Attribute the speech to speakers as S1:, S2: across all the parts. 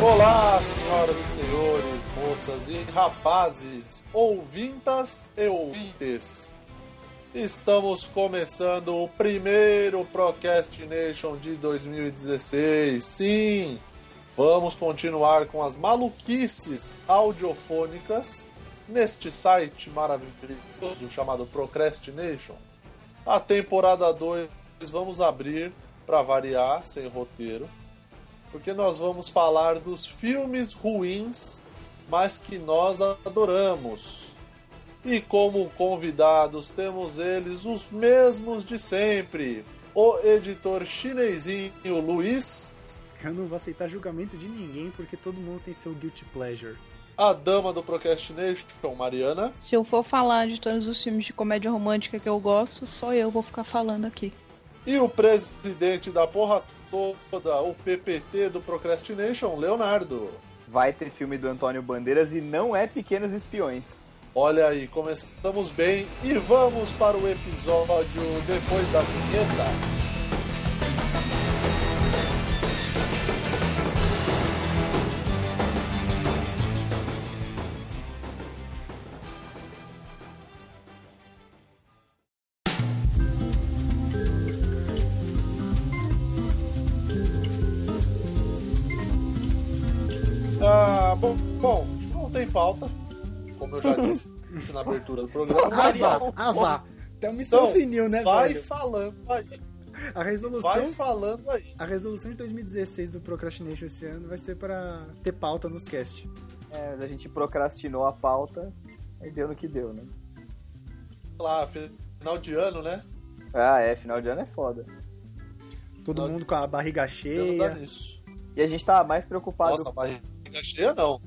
S1: Olá, senhoras e senhores, moças e rapazes, ouvintas e ouvintes. Estamos começando o primeiro Procrastination de 2016. Sim, vamos continuar com as maluquices audiofônicas neste site maravilhoso chamado Procrastination. A temporada 2 vamos abrir para variar, sem roteiro, porque nós vamos falar dos filmes ruins, mas que nós adoramos. E como convidados temos eles os mesmos de sempre. O editor chinesinho Luiz,
S2: Eu não vou aceitar julgamento de ninguém porque todo mundo tem seu guilty pleasure.
S1: a dama do Procrastination, Mariana,
S3: Se eu for falar de todos os filmes de comédia romântica que eu gosto, só eu vou ficar falando aqui.
S1: e o presidente da porra toda, o PPT do Procrastination, Leonardo.
S4: Vai ter filme do Antônio Bandeiras e não é Pequenos Espiões.
S1: Olha aí, começamos bem e vamos para o episódio depois da vinheta. Ah, bom, bom, não tem pauta, como eu já disse na abertura do programa.
S2: Ah,
S1: mas
S2: vá,
S1: não,
S2: ah, vá. Até missão
S1: Então,
S2: finil, né,
S1: vai
S2: velho?
S1: falando aí,
S2: A
S1: vai
S2: resolução,
S1: falando aí.
S2: a resolução de 2016 do Procrastination esse ano vai ser pra ter pauta nos cast.
S4: É, mas a gente procrastinou a pauta e deu no que deu, né?
S1: Lá, final de ano, né?
S4: Ah, é, final de ano é foda.
S2: Todo
S1: Não.
S2: mundo com a barriga
S1: Eu não dá
S2: cheia.
S1: nisso.
S4: E a gente tava mais preocupado.
S1: Nossa, barriga cheia não.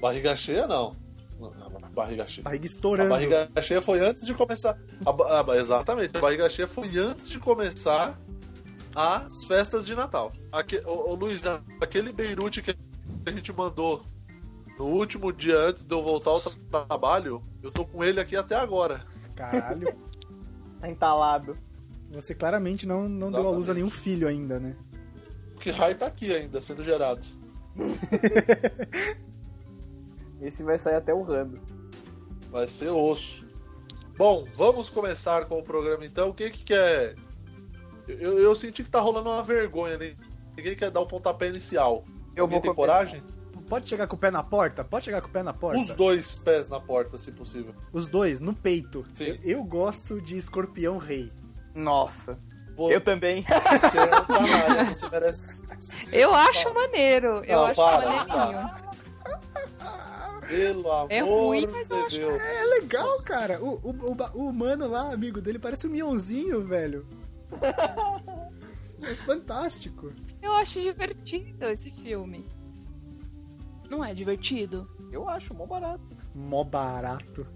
S1: Barriga cheia não. Não, não, Barriga cheia.
S2: Barriga
S1: A
S2: estourando.
S1: barriga cheia foi antes de começar. a ba- a ba- exatamente, a barriga cheia foi antes de começar as festas de Natal. Aque, ô, ô, Luiz, a- aquele Beirute que a gente mandou no último dia antes de eu voltar ao tra- trabalho, eu tô com ele aqui até agora.
S2: Caralho.
S4: Tá entalado.
S2: Você claramente não, não deu à luz a nenhum filho ainda, né?
S1: Que raio tá aqui ainda, sendo gerado.
S4: Esse vai sair até o rando.
S1: Vai ser osso. Bom, vamos começar com o programa então. O que que quer. Eu, eu senti que tá rolando uma vergonha, né? Ninguém quer dar o pontapé inicial.
S4: Eu
S1: Alguém
S4: vou
S1: tem
S4: começar.
S1: coragem?
S2: Pode chegar com o pé na porta? Pode chegar com o pé na porta?
S1: Os dois pés na porta, se possível.
S2: Os dois, no peito.
S1: Sim.
S2: Eu, eu gosto de escorpião rei.
S4: Nossa.
S1: Você
S4: Eu também.
S1: é um canalha, você merece.
S3: Eu acho maneiro. Eu
S1: Não,
S3: acho
S1: para,
S3: maneirinho.
S1: Pelo amor
S3: É ruim, mas eu
S1: de
S3: acho-
S1: Deus.
S2: É legal, cara. O, o, o, ba- o humano lá, amigo dele, parece um mionzinho, velho. É fantástico.
S3: Eu acho divertido esse filme. Não é divertido?
S4: Eu acho, mó barato.
S2: Mó barato.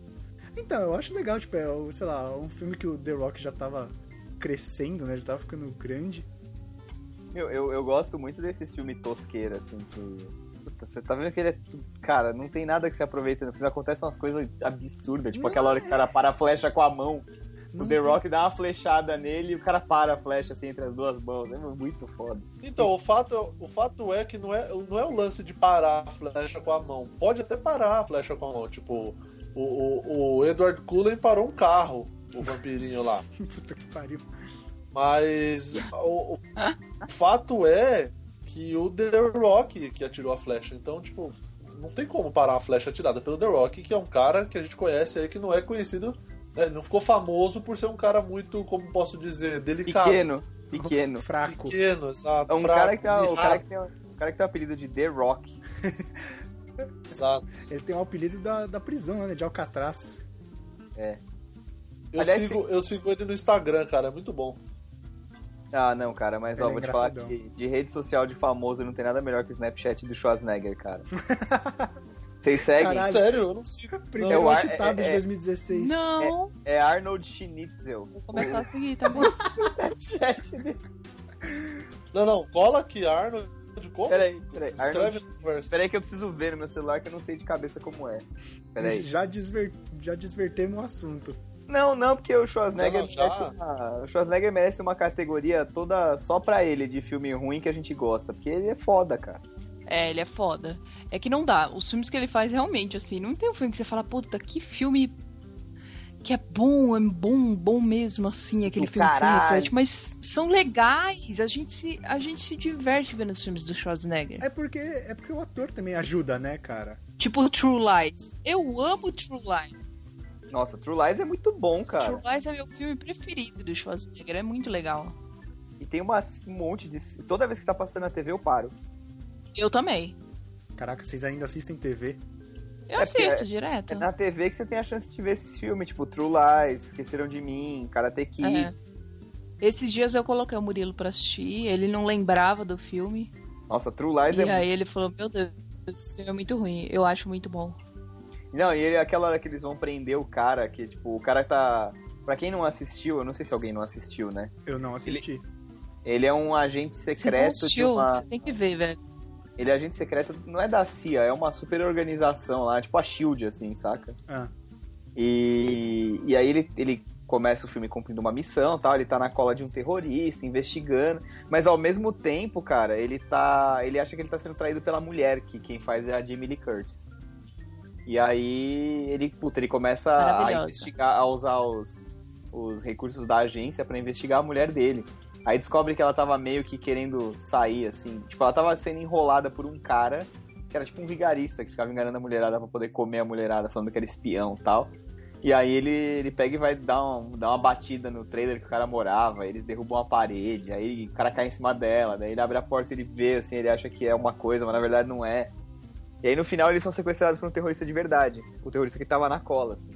S2: Então, eu acho legal, tipo, é, o- sei lá, um filme que o The Rock já tava crescendo, né? Já tava ficando grande.
S4: Meu, eu, eu gosto muito desse filme tosqueira, assim, que. Puta, você tá vendo que ele é. tu- Cara, não tem nada que se aproveita no filme. Acontecem umas coisas absurdas, tipo aquela hora que o cara para a flecha com a mão.
S2: Não
S4: o The
S2: tem-
S4: Rock dá uma flechada nele e o cara para a flecha assim entre as duas mãos. É muito foda.
S1: Então, o fato, é- o fato é que não é, não é o lance de parar a flecha com a mão. Pode até parar a flecha com a mão. Tipo, o, o, o Edward Cullen parou um carro, o vampirinho lá.
S2: Puta que pariu.
S1: Mas o, o fato é que o The Rock que atirou a flecha. Então, tipo, não tem como parar a flecha atirada pelo The Rock, que é um cara que a gente conhece aí, que não é conhecido. né, Ele não ficou famoso por ser um cara muito, como posso dizer, delicado.
S4: Pequeno, pequeno.
S2: Fraco.
S1: Pequeno, exato.
S4: É um
S1: fraco,
S4: cara que, tem, um cara
S1: mirrado,
S4: que tem um cara que tem o apelido de The Rock.
S1: exato.
S2: Ele tem o apelido da, da prisão, né? De Alcatraz.
S1: Eu,
S4: Aliás,
S1: sigo, eu sigo ele no Instagram, cara, é muito bom.
S4: Ah, não, cara, mas ó,
S2: Ele é
S4: vou te falar
S2: engraçadão.
S4: que de rede social de famoso não tem nada melhor que o Snapchat do Schwarzenegger, cara. Vocês seguem?
S2: Caralho.
S1: Sério, eu não sigo.
S2: Primeiro
S4: É o ar-
S2: hot tab
S4: é-
S2: de
S4: é-
S2: 2016.
S3: Não.
S4: É Arnold Schnitzel.
S3: Vou começar a seguir, tá bom?
S4: Snapchat dele.
S1: Não, não, cola aqui, Arnold. Como?
S4: Peraí, peraí.
S1: Escreve
S4: Arnold...
S1: na conversa.
S4: Peraí que eu preciso ver no meu celular que eu não sei de cabeça como é. Peraí.
S2: Já, desver... já desvertemos o assunto.
S4: Não, não, porque o Schwarzenegger,
S1: Já, já.
S4: Merece uma, o Schwarzenegger merece uma categoria toda só pra ele de filme ruim que a gente gosta. Porque ele é foda, cara.
S3: É, ele é foda. É que não dá. Os filmes que ele faz realmente, assim, não tem um filme que você fala, puta, que filme que é bom, é bom, bom mesmo, assim, aquele
S4: Do
S3: filme que
S4: caralho.
S3: você reflete, mas são legais. A gente se, a gente se diverte vendo os filmes do Schwarzenegger.
S2: É porque, é porque o ator também ajuda, né, cara?
S3: Tipo True Lies. Eu amo True Lies.
S4: Nossa, True Lies é muito bom, cara.
S3: True Lies é meu filme preferido do Schwarzenegger, é muito legal.
S4: E tem uma, um monte de. Toda vez que tá passando na TV, eu paro.
S3: Eu também.
S2: Caraca, vocês ainda assistem TV?
S3: Eu
S4: É porque
S3: assisto
S4: É
S3: direto.
S4: na TV que você tem a chance de ver esses filmes, tipo True Lies, Esqueceram de Mim, Karate Kid.
S3: É. Esses dias eu coloquei o Murilo pra assistir, ele não lembrava do filme.
S4: Nossa, True Lies
S3: e
S4: é
S3: aí ele falou: Meu Deus, esse filme é muito ruim, eu acho muito bom.
S4: Não, e ele, é aquela hora que eles vão prender o cara, que, tipo, o cara tá. Pra quem não assistiu, eu não sei se alguém não assistiu, né?
S2: Eu não assisti.
S4: Ele é um agente
S3: Você não
S4: secreto de
S3: assistiu,
S4: uma.
S3: você tem que ver, velho.
S4: Ele é agente secreto, não é da CIA, é uma super organização lá, tipo a Shield, assim, saca?
S2: Ah,
S4: E, e aí ele, ele começa o filme cumprindo uma missão tal, ele tá na cola de um terrorista, investigando, mas ao mesmo tempo, cara, ele tá. Ele acha que ele tá sendo traído pela mulher, que quem faz é a Jamie Lee Curtis. E aí ele, puta, ele começa a
S3: Maravilhosa.
S4: investigar, a usar os, os recursos da agência pra investigar a mulher dele. Aí descobre que ela tava meio que querendo sair, assim. Tipo, ela tava sendo enrolada por um cara que era tipo um vigarista, que ficava enganando a mulherada pra poder comer a mulherada, falando que era espião e tal. E aí ele, ele pega e vai dar, um, dar uma batida no trailer que o cara morava, aí eles derrubam a parede, aí o cara cai em cima dela, daí ele abre a porta e ele vê, assim, ele acha que é uma coisa, mas na verdade não é. E aí no final eles são sequestrados por um terrorista de verdade, o terrorista que tava na cola, assim.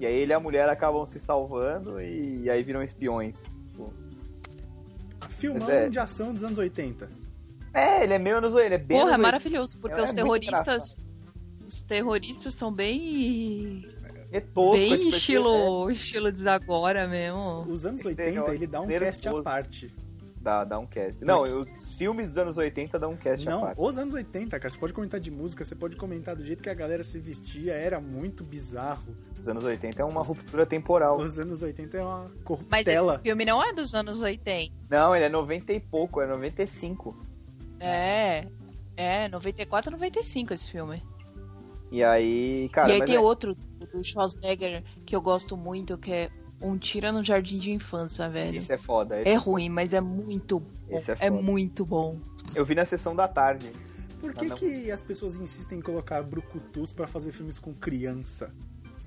S4: E aí ele e a mulher acabam se salvando e, aí viram espiões.
S2: filmão
S4: Pois é.
S2: de ação dos anos 80.
S4: É, ele é meio anos ele é bem
S3: Porra, é
S4: anos
S3: maravilhoso, porque
S4: Ela
S3: os
S4: é muito
S3: terroristas. Os terroristas são bem.
S4: 80, é tosco, é
S3: bem
S4: tipo, é-
S3: estilo. Estilo desagora mesmo.
S2: Os anos
S4: Esse
S2: 80, ele dá um
S4: nervoso.
S2: cast à parte.
S4: Dá, dá um cast. Não, os filmes dos anos 80 dão um cast à
S2: Não,
S4: parte.
S2: os anos 80, cara, você pode comentar de música, você pode comentar do jeito que a galera se vestia, era muito bizarro.
S4: Os anos 80 é uma ruptura temporal.
S2: Os anos 80 é uma
S3: Mas
S2: corruptela.
S3: esse filme não é dos anos 80.
S4: Não, ele é 90 e pouco, é 95.
S3: É. É, 94, 95 esse filme.
S4: E aí, cara,
S3: e aí
S4: mas
S3: tem
S4: é-
S3: outro do Schwarzenegger que eu gosto muito, que é Um Tira no Jardim de Infância, velho.
S4: isso é foda.
S3: É ruim, mas é muito bom.
S4: Esse é
S3: É,
S4: foda.
S3: muito bom.
S4: Eu vi na sessão da tarde.
S2: Por
S4: Ah,
S2: que,
S4: não.
S2: que as pessoas insistem em colocar brucutus pra fazer filmes com criança?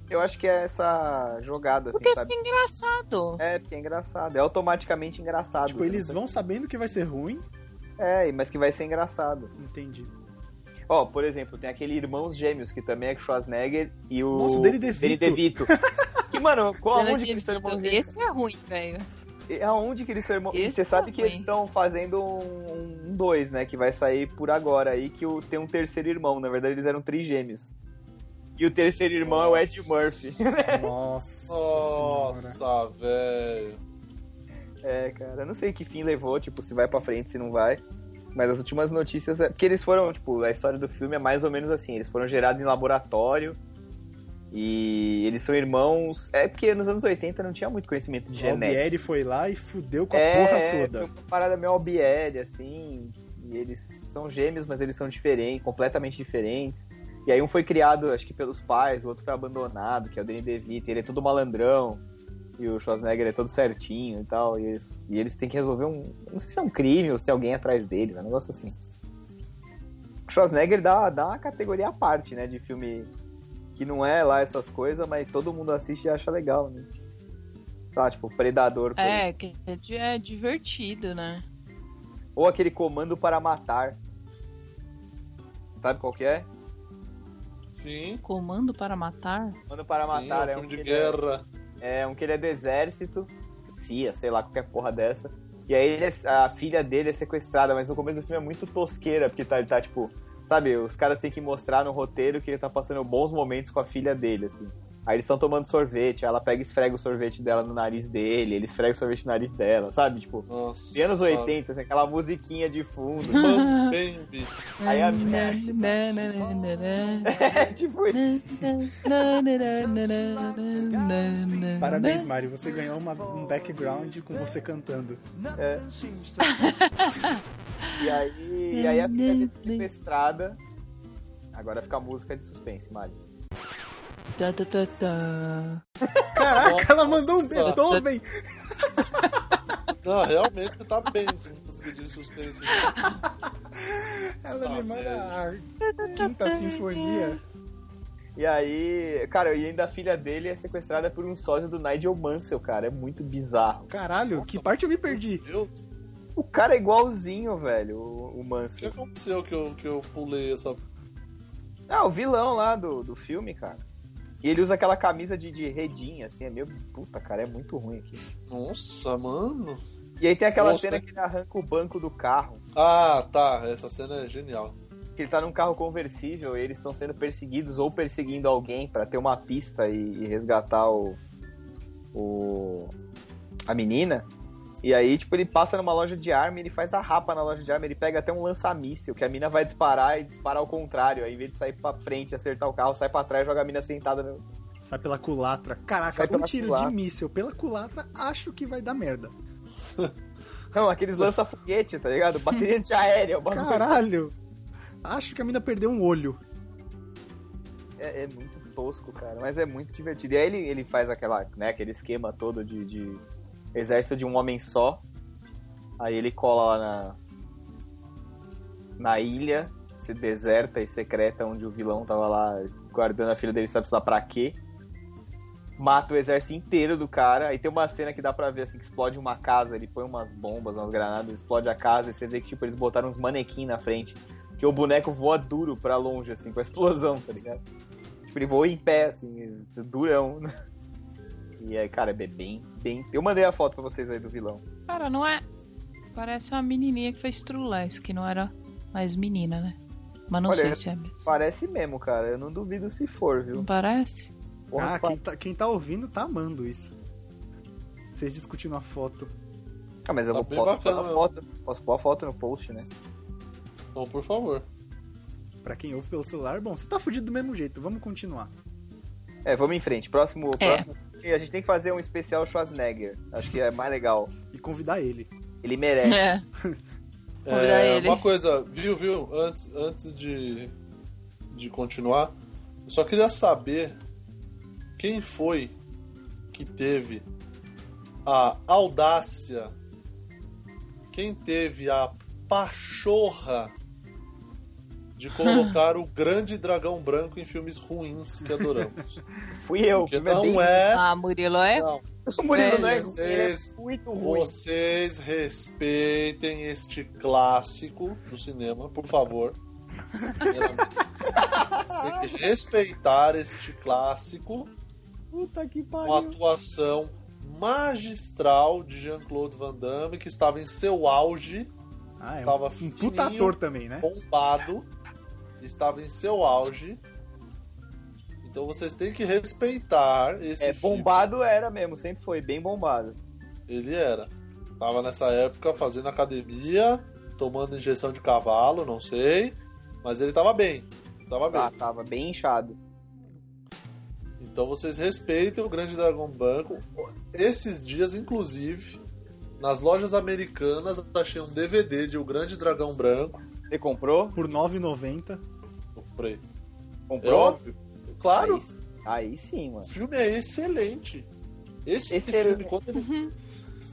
S4: Eu acho que é essa jogada, assim,
S3: Porque isso
S4: sabe?
S3: é engraçado.
S4: É, porque é engraçado. É automaticamente engraçado.
S2: tipo,
S4: você
S2: eles
S4: Ah, não
S2: vão sabendo que vai ser ruim?
S4: sabe- É, mas que vai ser engraçado.
S2: Entendi.
S4: Ó, por exemplo, tem aquele Irmãos Gêmeos, que também é com Schwarzenegger e o...
S2: Nossa, o Danny DeVito.
S4: DeVito. que, mano, qual,
S3: Dona
S4: aonde que eles são
S3: Diego,
S4: irmãos gêmeos?
S3: Esse é ruim, velho.
S4: E Aonde que eles são irmãos? E
S3: Esse
S4: Você sabe
S3: tá
S4: que
S3: ruim.
S4: eles estão fazendo um 2, né? Que vai sair por agora aí, que o- tem um terceiro irmão. Na verdade, eles eram trigêmeos. E o terceiro irmão é o Ed Murphy.
S2: Nossa senhora.
S1: Nossa, velho.
S4: É, cara, eu não sei que fim levou, tipo, se vai pra frente, se não vai. Mas as últimas notícias é. Porque eles foram, tipo, a história do filme é mais ou menos assim. Eles foram gerados em laboratório. E eles são irmãos. É porque nos anos 80 não tinha muito conhecimento de
S2: O
S4: genética.
S2: Albieri foi lá e fudeu com a porra
S4: foi
S2: toda.
S4: É, uma parada meio albiere, assim. E eles são gêmeos, mas eles são diferentes, completamente diferentes. E aí um foi criado, acho que pelos pais, o outro foi abandonado, que é o Danny DeVito. E ele é todo malandrão. E o Schwarzenegger é todo certinho e tal. E eles, e eles têm que resolver um... eu Não sei se é um crime ou se tem alguém atrás deles, é um negócio assim. O Schwarzenegger dá, dá uma categoria à parte, né? De filme que não é lá essas coisas, mas todo mundo assiste e acha legal, né? Tá, tipo, Predador. por
S3: É, que é di- é divertido, né?
S4: Ou aquele comando para matar. Sabe qual que é?
S1: Sim.
S3: Comando para matar?
S4: Comando para
S1: sim,
S4: matar
S1: é
S4: é
S1: um filme
S4: um, que
S1: de
S4: ele é-
S1: guerra.
S4: é um que ele é do exército, CIA, sei lá, qualquer porra dessa. E aí ele é- a filha dele é sequestrada, mas no começo do filme é muito tosqueira, porque tá, ele tá tipo. Sabe, os caras têm que mostrar no roteiro que ele tá passando bons momentos com a filha dele, assim. Aí eles estão tomando sorvete, aí ela pega e esfrega o sorvete dela no nariz dele, ele esfrega o sorvete no nariz dela, sabe? Tipo,
S1: Nossa.
S4: anos 80, assim, aquela musiquinha de fundo.
S1: Mambembe.
S4: Aí a mina- É tipo isso.
S3: Né?
S2: Parabéns, Mari. Você ganhou uma- um background com você cantando.
S4: E aí, e aí a filha dele é sequestrada. Agora fica a música de suspense, Mari.
S3: Tá, tá, tá, tá.
S2: Caraca, ela mandou um
S1: Nossa.
S2: Beethoven!
S1: Não, realmente você tá bem com música de suspense.
S2: Ela
S1: Nossa,
S2: me manda a quinta sinfonia.
S4: E aí, cara, e ainda a filha dele é sequestrada por um sósia do Nigel Mansell, cara. É muito bizarro.
S2: Caralho, que parte eu me perdi?
S1: Meu, o
S4: O cara é igualzinho, velho, o, o
S1: que
S4: Mansell.
S1: aconteceu que eu, que eu pulei essa.
S4: Ah, o vilão lá do, do filme, cara. E ele usa aquela camisa de, de redinha, assim, é meio. Puta, cara, é muito ruim aqui.
S1: Nossa, mano.
S4: E aí tem aquela
S1: Nossa.
S4: cena que ele arranca o banco do carro.
S1: Ah, tá. Essa cena é genial.
S4: Que ele tá num carro conversível e eles estão sendo perseguidos ou perseguindo alguém pra ter uma pista e, e resgatar o. o. a menina. E aí, tipo, ele passa numa loja de arma, ele faz a rapa na loja de arma, ele pega até um lança-míssil, que a mina vai disparar e disparar ao contrário. Aí, em vez de sair pra frente, acertar o carro, sai pra trás, joga a mina sentada no,
S2: Sai pela culatra. Caraca,
S4: Sai
S2: um
S4: pela
S2: tiro
S4: culatra.
S2: de míssil pela culatra, acho que vai dar merda.
S4: Não, aqueles lança-foguete, tá ligado? Bateria antiaérea, o bagulho.
S2: Caralho! Acho que a mina perdeu um olho.
S4: É, é muito tosco, cara, mas é muito divertido. E aí ele, ele faz aquela, né, aquele esquema todo de, de exército de um homem só. Aí ele cola lá na, na ilha, se deserta e secreta, onde o vilão tava lá guardando a filha dele, sabe lá pra quê. Mata o exército inteiro do cara. Aí tem uma cena que dá pra ver assim, que explode uma casa, ele põe umas bombas, umas granadas, explode a casa, e você vê que tipo, eles botaram uns manequim na frente. Que o boneco voa duro pra longe, assim, com a explosão, tá ligado? Tipo, ele voa em pé, assim, durão. E aí, cara, é bem, bem. Eu mandei a foto pra vocês aí do vilão.
S3: Cara, não é. Parece uma menininha que fez Trulés, que não era mais menina, né? Mas não
S4: Olha,
S3: sei se é mesmo.
S4: Parece mesmo, cara. Eu não duvido se for, viu?
S3: Não parece?
S4: Porra,
S2: ah,
S4: pa-
S2: quem tá, quem tá ouvindo tá amando isso. Vocês discutindo a foto.
S4: Ah, mas eu
S1: tá
S4: vou
S1: bem
S4: posso
S1: bacana,
S4: pôr a
S1: né?
S4: foto. Posso pôr a foto no post, né?
S1: Então, por favor.
S2: Pra quem ouve pelo celular, bom, você tá fudido do mesmo jeito, vamos continuar.
S4: É, vamos em frente. Próximo.
S3: É.
S4: próximo... E A gente tem que fazer um especial Schwarzenegger. Acho que é mais legal.
S2: E convidar ele.
S4: Ele merece.
S3: É. Olha
S1: É,
S3: ele.
S1: uma coisa, viu, viu? Antes, antes de, de continuar, eu só queria saber quem foi que teve a audácia, quem teve a pachorra de colocar o grande dragão branco em filmes ruins que adoramos.
S4: Fui eu.
S1: Porque
S4: mas bem-
S1: não é.
S3: Ah, Murilo é.
S1: Não,
S4: O Murilo não é,
S3: velho.
S4: ele é
S1: Vocês-
S4: muito ruim.
S1: vocês respeitem este clássico do cinema, por favor. Vocês têm que respeitar este clássico
S4: Puta que
S1: com a
S4: pariu.
S1: atuação magistral de Jean-Claude Van Damme, que estava em seu auge,
S2: Ah, é
S1: Estava
S2: um, um puta
S1: fininho.
S2: ator também,
S4: É?
S2: né?
S1: bombado, estava em seu auge. Então vocês têm que respeitar esse
S4: É,
S1: filme.
S4: bombado era mesmo, sempre foi, bem bombado.
S1: Ele era. Tava nessa época fazendo academia, tomando injeção de cavalo, não sei. Mas ele tava bem. Tava
S4: Ah,
S1: bem.
S4: tava bem inchado.
S1: Então vocês respeitem o Grande Dragão Branco. Esses dias, inclusive, nas lojas americanas, eu achei um DVD de O Grande Dragão Branco.
S4: Você comprou?
S2: Por 9,90.
S1: Eu comprei. É
S4: Comprou?
S1: óbvio. Claro,
S4: Aí, aí sim,
S1: o
S4: mano.
S1: filme é excelente. Esse
S4: Excelente.
S1: filme, quando ele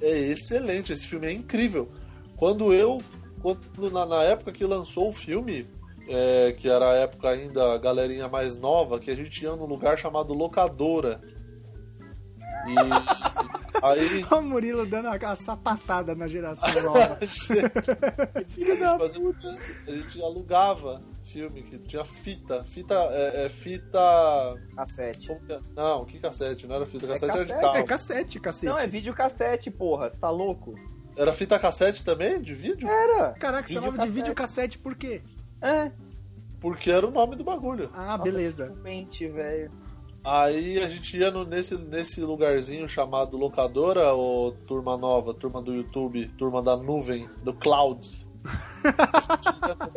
S1: é excelente, esse filme é incrível. Quando eu, quando, na, na época que lançou o filme, é, que era a época ainda a galerinha mais nova, que a gente ia num lugar chamado Locadora. E aí
S2: O Murilo dando a, a sapatada na geração nova.
S1: a gente, fazia- a gente alugava filme, que tinha fita. Fita. É, é fita.
S4: Cassete.
S1: como que é? Não, que cassete? Não era fita,
S4: É
S1: cassete, era de
S4: cassete,
S2: É
S1: carro.
S2: cassete, cacete.
S4: Não, é videocassete, porra. Você tá louco?
S1: Era fita cassete também, de vídeo?
S4: Era.
S2: Caraca, você chamava de videocassete
S4: videocassete.
S2: por quê?
S4: É.
S1: Porque era o nome do bagulho.
S2: Ah,
S4: Nossa,
S2: beleza.
S4: que doente, velho.
S1: Aí a gente ia no- nesse, nesse lugarzinho chamado Locadora, ou Turma Nova, Turma do YouTube, Turma da Nuvem, do Cloud.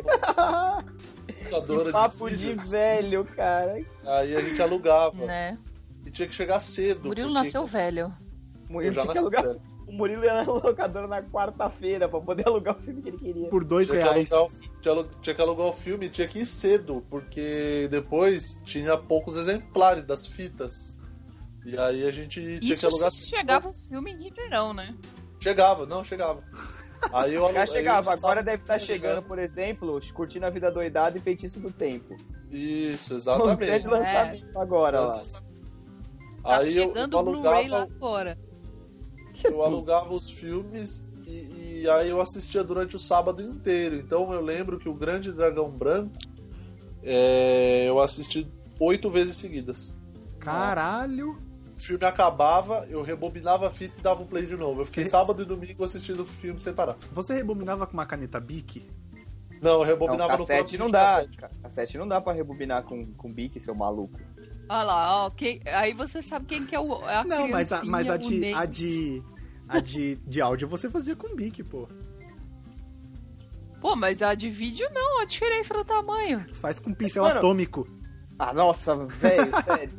S1: A gente ia numa locadora
S4: Que papo de
S1: vídeos.
S4: velho, cara.
S1: Aí a gente alugava.
S3: né?
S1: E tinha que chegar cedo.
S3: Murilo
S1: porque
S3: nasceu velho.
S1: Eu
S4: Murilo
S1: já
S4: tinha que
S1: nasci né?
S4: alugar.
S1: velho.
S4: O Murilo ia na locadora na quarta-feira pra poder alugar o filme que ele queria.
S2: Por dois
S1: Tinha que,
S2: reais.
S1: alugar, o- tinha, alu- tinha que alugar o filme e tinha que ir cedo, porque depois tinha poucos exemplares das fitas. E aí a gente tinha que
S3: Isso
S1: alugar.
S3: se chegava o filme em Ribeirão, né?
S1: Chegava, não, chegava. Aí eu
S4: Já
S1: alu-
S4: chegava,
S1: aí eu-
S4: agora deve estar chegando, por exemplo, curtindo a vida doidada e feitiço do tempo.
S1: Isso,
S4: Os grandes
S1: exatamente.
S3: É.
S4: lançamentos agora lá.
S3: Tá
S1: Aí eu,
S3: chegando
S1: eu
S3: o Blu-ray lá
S1: alugava, um-
S3: agora.
S1: eu alugava os filmes e, e aí eu assistia durante o sábado inteiro. Então eu lembro que o Grande Dragão Branco é, eu assisti oito vezes seguidas.
S2: Caralho.
S1: O filme acabava, eu rebobinava a fita e dava um play de novo. Eu fiquei
S2: Cê-
S1: sábado e domingo assistindo o filme sem parar.
S2: Você rebobinava com uma caneta Bic?
S1: Não, eu
S4: Não,
S1: rebobinava no
S4: cassete não
S1: próprio
S4: dá.
S1: videocassete.
S4: Cassete não dá pra rebobinar com, com bique, seu maluco.
S3: Olha lá, ó, quem- aí você sabe quem que é o é a
S2: Não, mas a, mas a
S3: criancinha,
S2: de.
S3: o
S2: A
S3: Ney.
S2: de. A de, de áudio você fazia com Bic, pô.
S3: Pô, mas a de vídeo não, a diferença do tamanho.
S2: Faz com pincel
S4: Mano.
S2: atômico.
S4: Ah, nossa, velho, sério.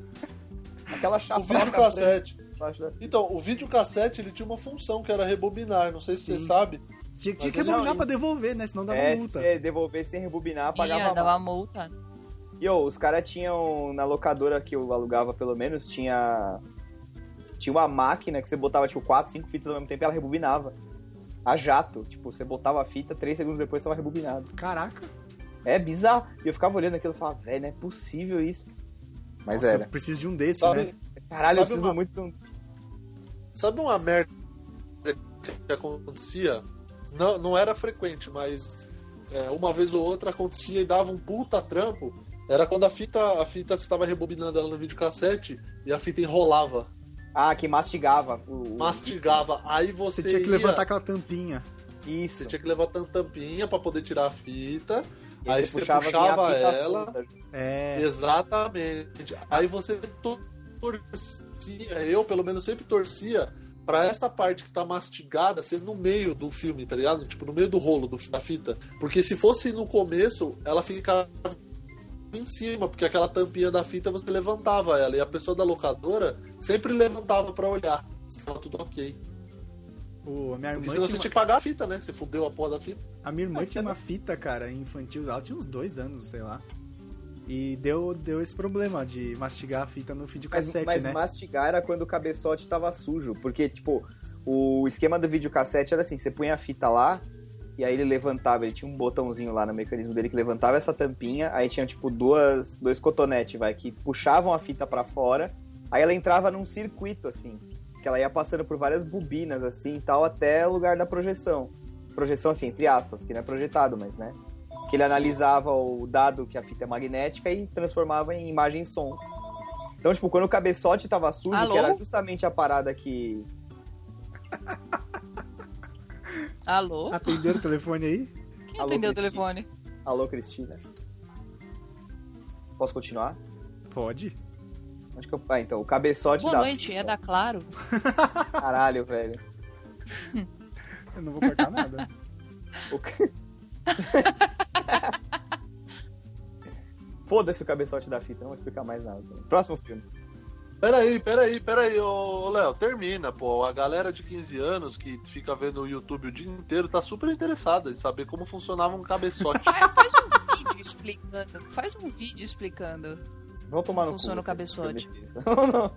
S4: Aquela
S1: O
S4: chapa.
S1: vídeo cassete. Então, o vídeo cassete ele tinha uma função que era rebobinar. Não sei se você
S2: Sim.
S1: sabe.
S2: Tinha, tinha
S1: Mas
S2: que
S1: eu já
S2: rebobinar
S1: li.
S2: pra devolver, né? Senão dava
S4: É,
S2: multa.
S4: se devolver sem rebobinar, pagava
S3: Ia,
S4: mal.
S3: dava multa.
S4: E ô, os caras tinham, na locadora que eu alugava pelo menos, tinha. Tinha uma máquina que você botava, tipo, 4, 5 fitas ao mesmo tempo e ela rebobinava. A jato. Tipo, você botava a fita, 3 segundos depois tava rebobinado.
S2: Caraca.
S4: É bizarro. E eu ficava olhando aquilo e falava, velho, não é possível isso. Mas
S2: Nossa, eu
S4: era.
S2: preciso de um desse,
S1: Sabe,
S2: né?
S4: Caralho, eu
S1: sabe
S4: preciso
S1: uma-
S4: muito de um.
S1: Sabe uma merda que acontecia? Não, não era frequente, mas é, uma vez ou outra acontecia e dava um puta trampo. Era quando a fita, a fita você estava rebobinando ela no videocassete e a fita enrolava,
S4: Ah, que mastigava. O... o-
S1: mastigava. Aí você,
S2: Você tinha que
S1: ia-
S2: levantar aquela tampinha.
S4: Isso.
S1: Você tinha que levantar a tampinha para poder tirar a fita.
S4: E
S1: Aí você puxava
S4: vinha a fita
S1: ela.
S4: solta.
S2: É.
S1: Exatamente. Aí você to- torcia, eu pelo menos sempre torcia pra essa parte que tá mastigada ser no meio do filme, tá ligado? Tipo, no meio do rolo do- da fita. Porque se fosse no começo, ela ficava em cima, porque aquela tampinha da fita você levantava ela e a pessoa da locadora sempre levantava pra olhar. se Tava tudo ok.
S2: O, a
S1: Porque
S2: minha irmã
S1: senão
S2: tinha
S1: você
S2: uma-
S1: tinha que pagar a fita, né? Você fudeu a porra da fita.
S2: A minha irmã tinha uma fita, cara, infantil. Ela tinha uns dois anos, sei lá. E deu, deu esse problema de mastigar a fita no
S4: Mas,
S2: videocassete,
S4: mas
S2: né?
S4: mastigar era quando o cabeçote tava sujo. Porque, tipo, o esquema do videocassete era assim: você punha a fita lá, e aí ele levantava. Ele tinha um botãozinho lá no mecanismo dele que levantava essa tampinha. Aí tinha, tipo, duas, dois cotonetes, vai, que puxavam a fita pra fora. Aí ela entrava num circuito, assim. Que ela ia passando por várias bobinas, assim e tal, até o lugar da projeção. Projeção, assim, entre aspas, que não é projetado, mas, né? Que ele analisava o dado que a fita é magnética e transformava em imagem e som. Então, tipo, quando o cabeçote tava sujo,
S3: Alô?
S4: que era justamente a parada que.
S3: Alô?
S2: Atender o telefone aí?
S3: Quem
S4: Alô,
S3: atendeu o
S4: Cristina?
S3: telefone?
S4: Alô, Cristina. Posso continuar?
S2: Pode.
S4: Acho que eu... Ah, então, o cabeçote
S3: Boa
S4: da.
S3: noite, é da Claro.
S4: Caralho, velho.
S2: Eu não vou cortar nada.
S4: O ca- Foda-se o cabeçote da fita, não vou explicar mais nada. Próximo filme.
S1: Peraí, peraí, peraí, ô ô, Léo, termina, pô. A galera de 15 anos que fica vendo o YouTube o dia inteiro tá super interessada em saber como funcionava um cabeçote.
S3: Ah, faz um vídeo explicando. Faz um vídeo explicando.
S4: Vamos tomar no
S3: Funciona
S4: cu,
S3: o cabeçote.
S4: você. Não, não.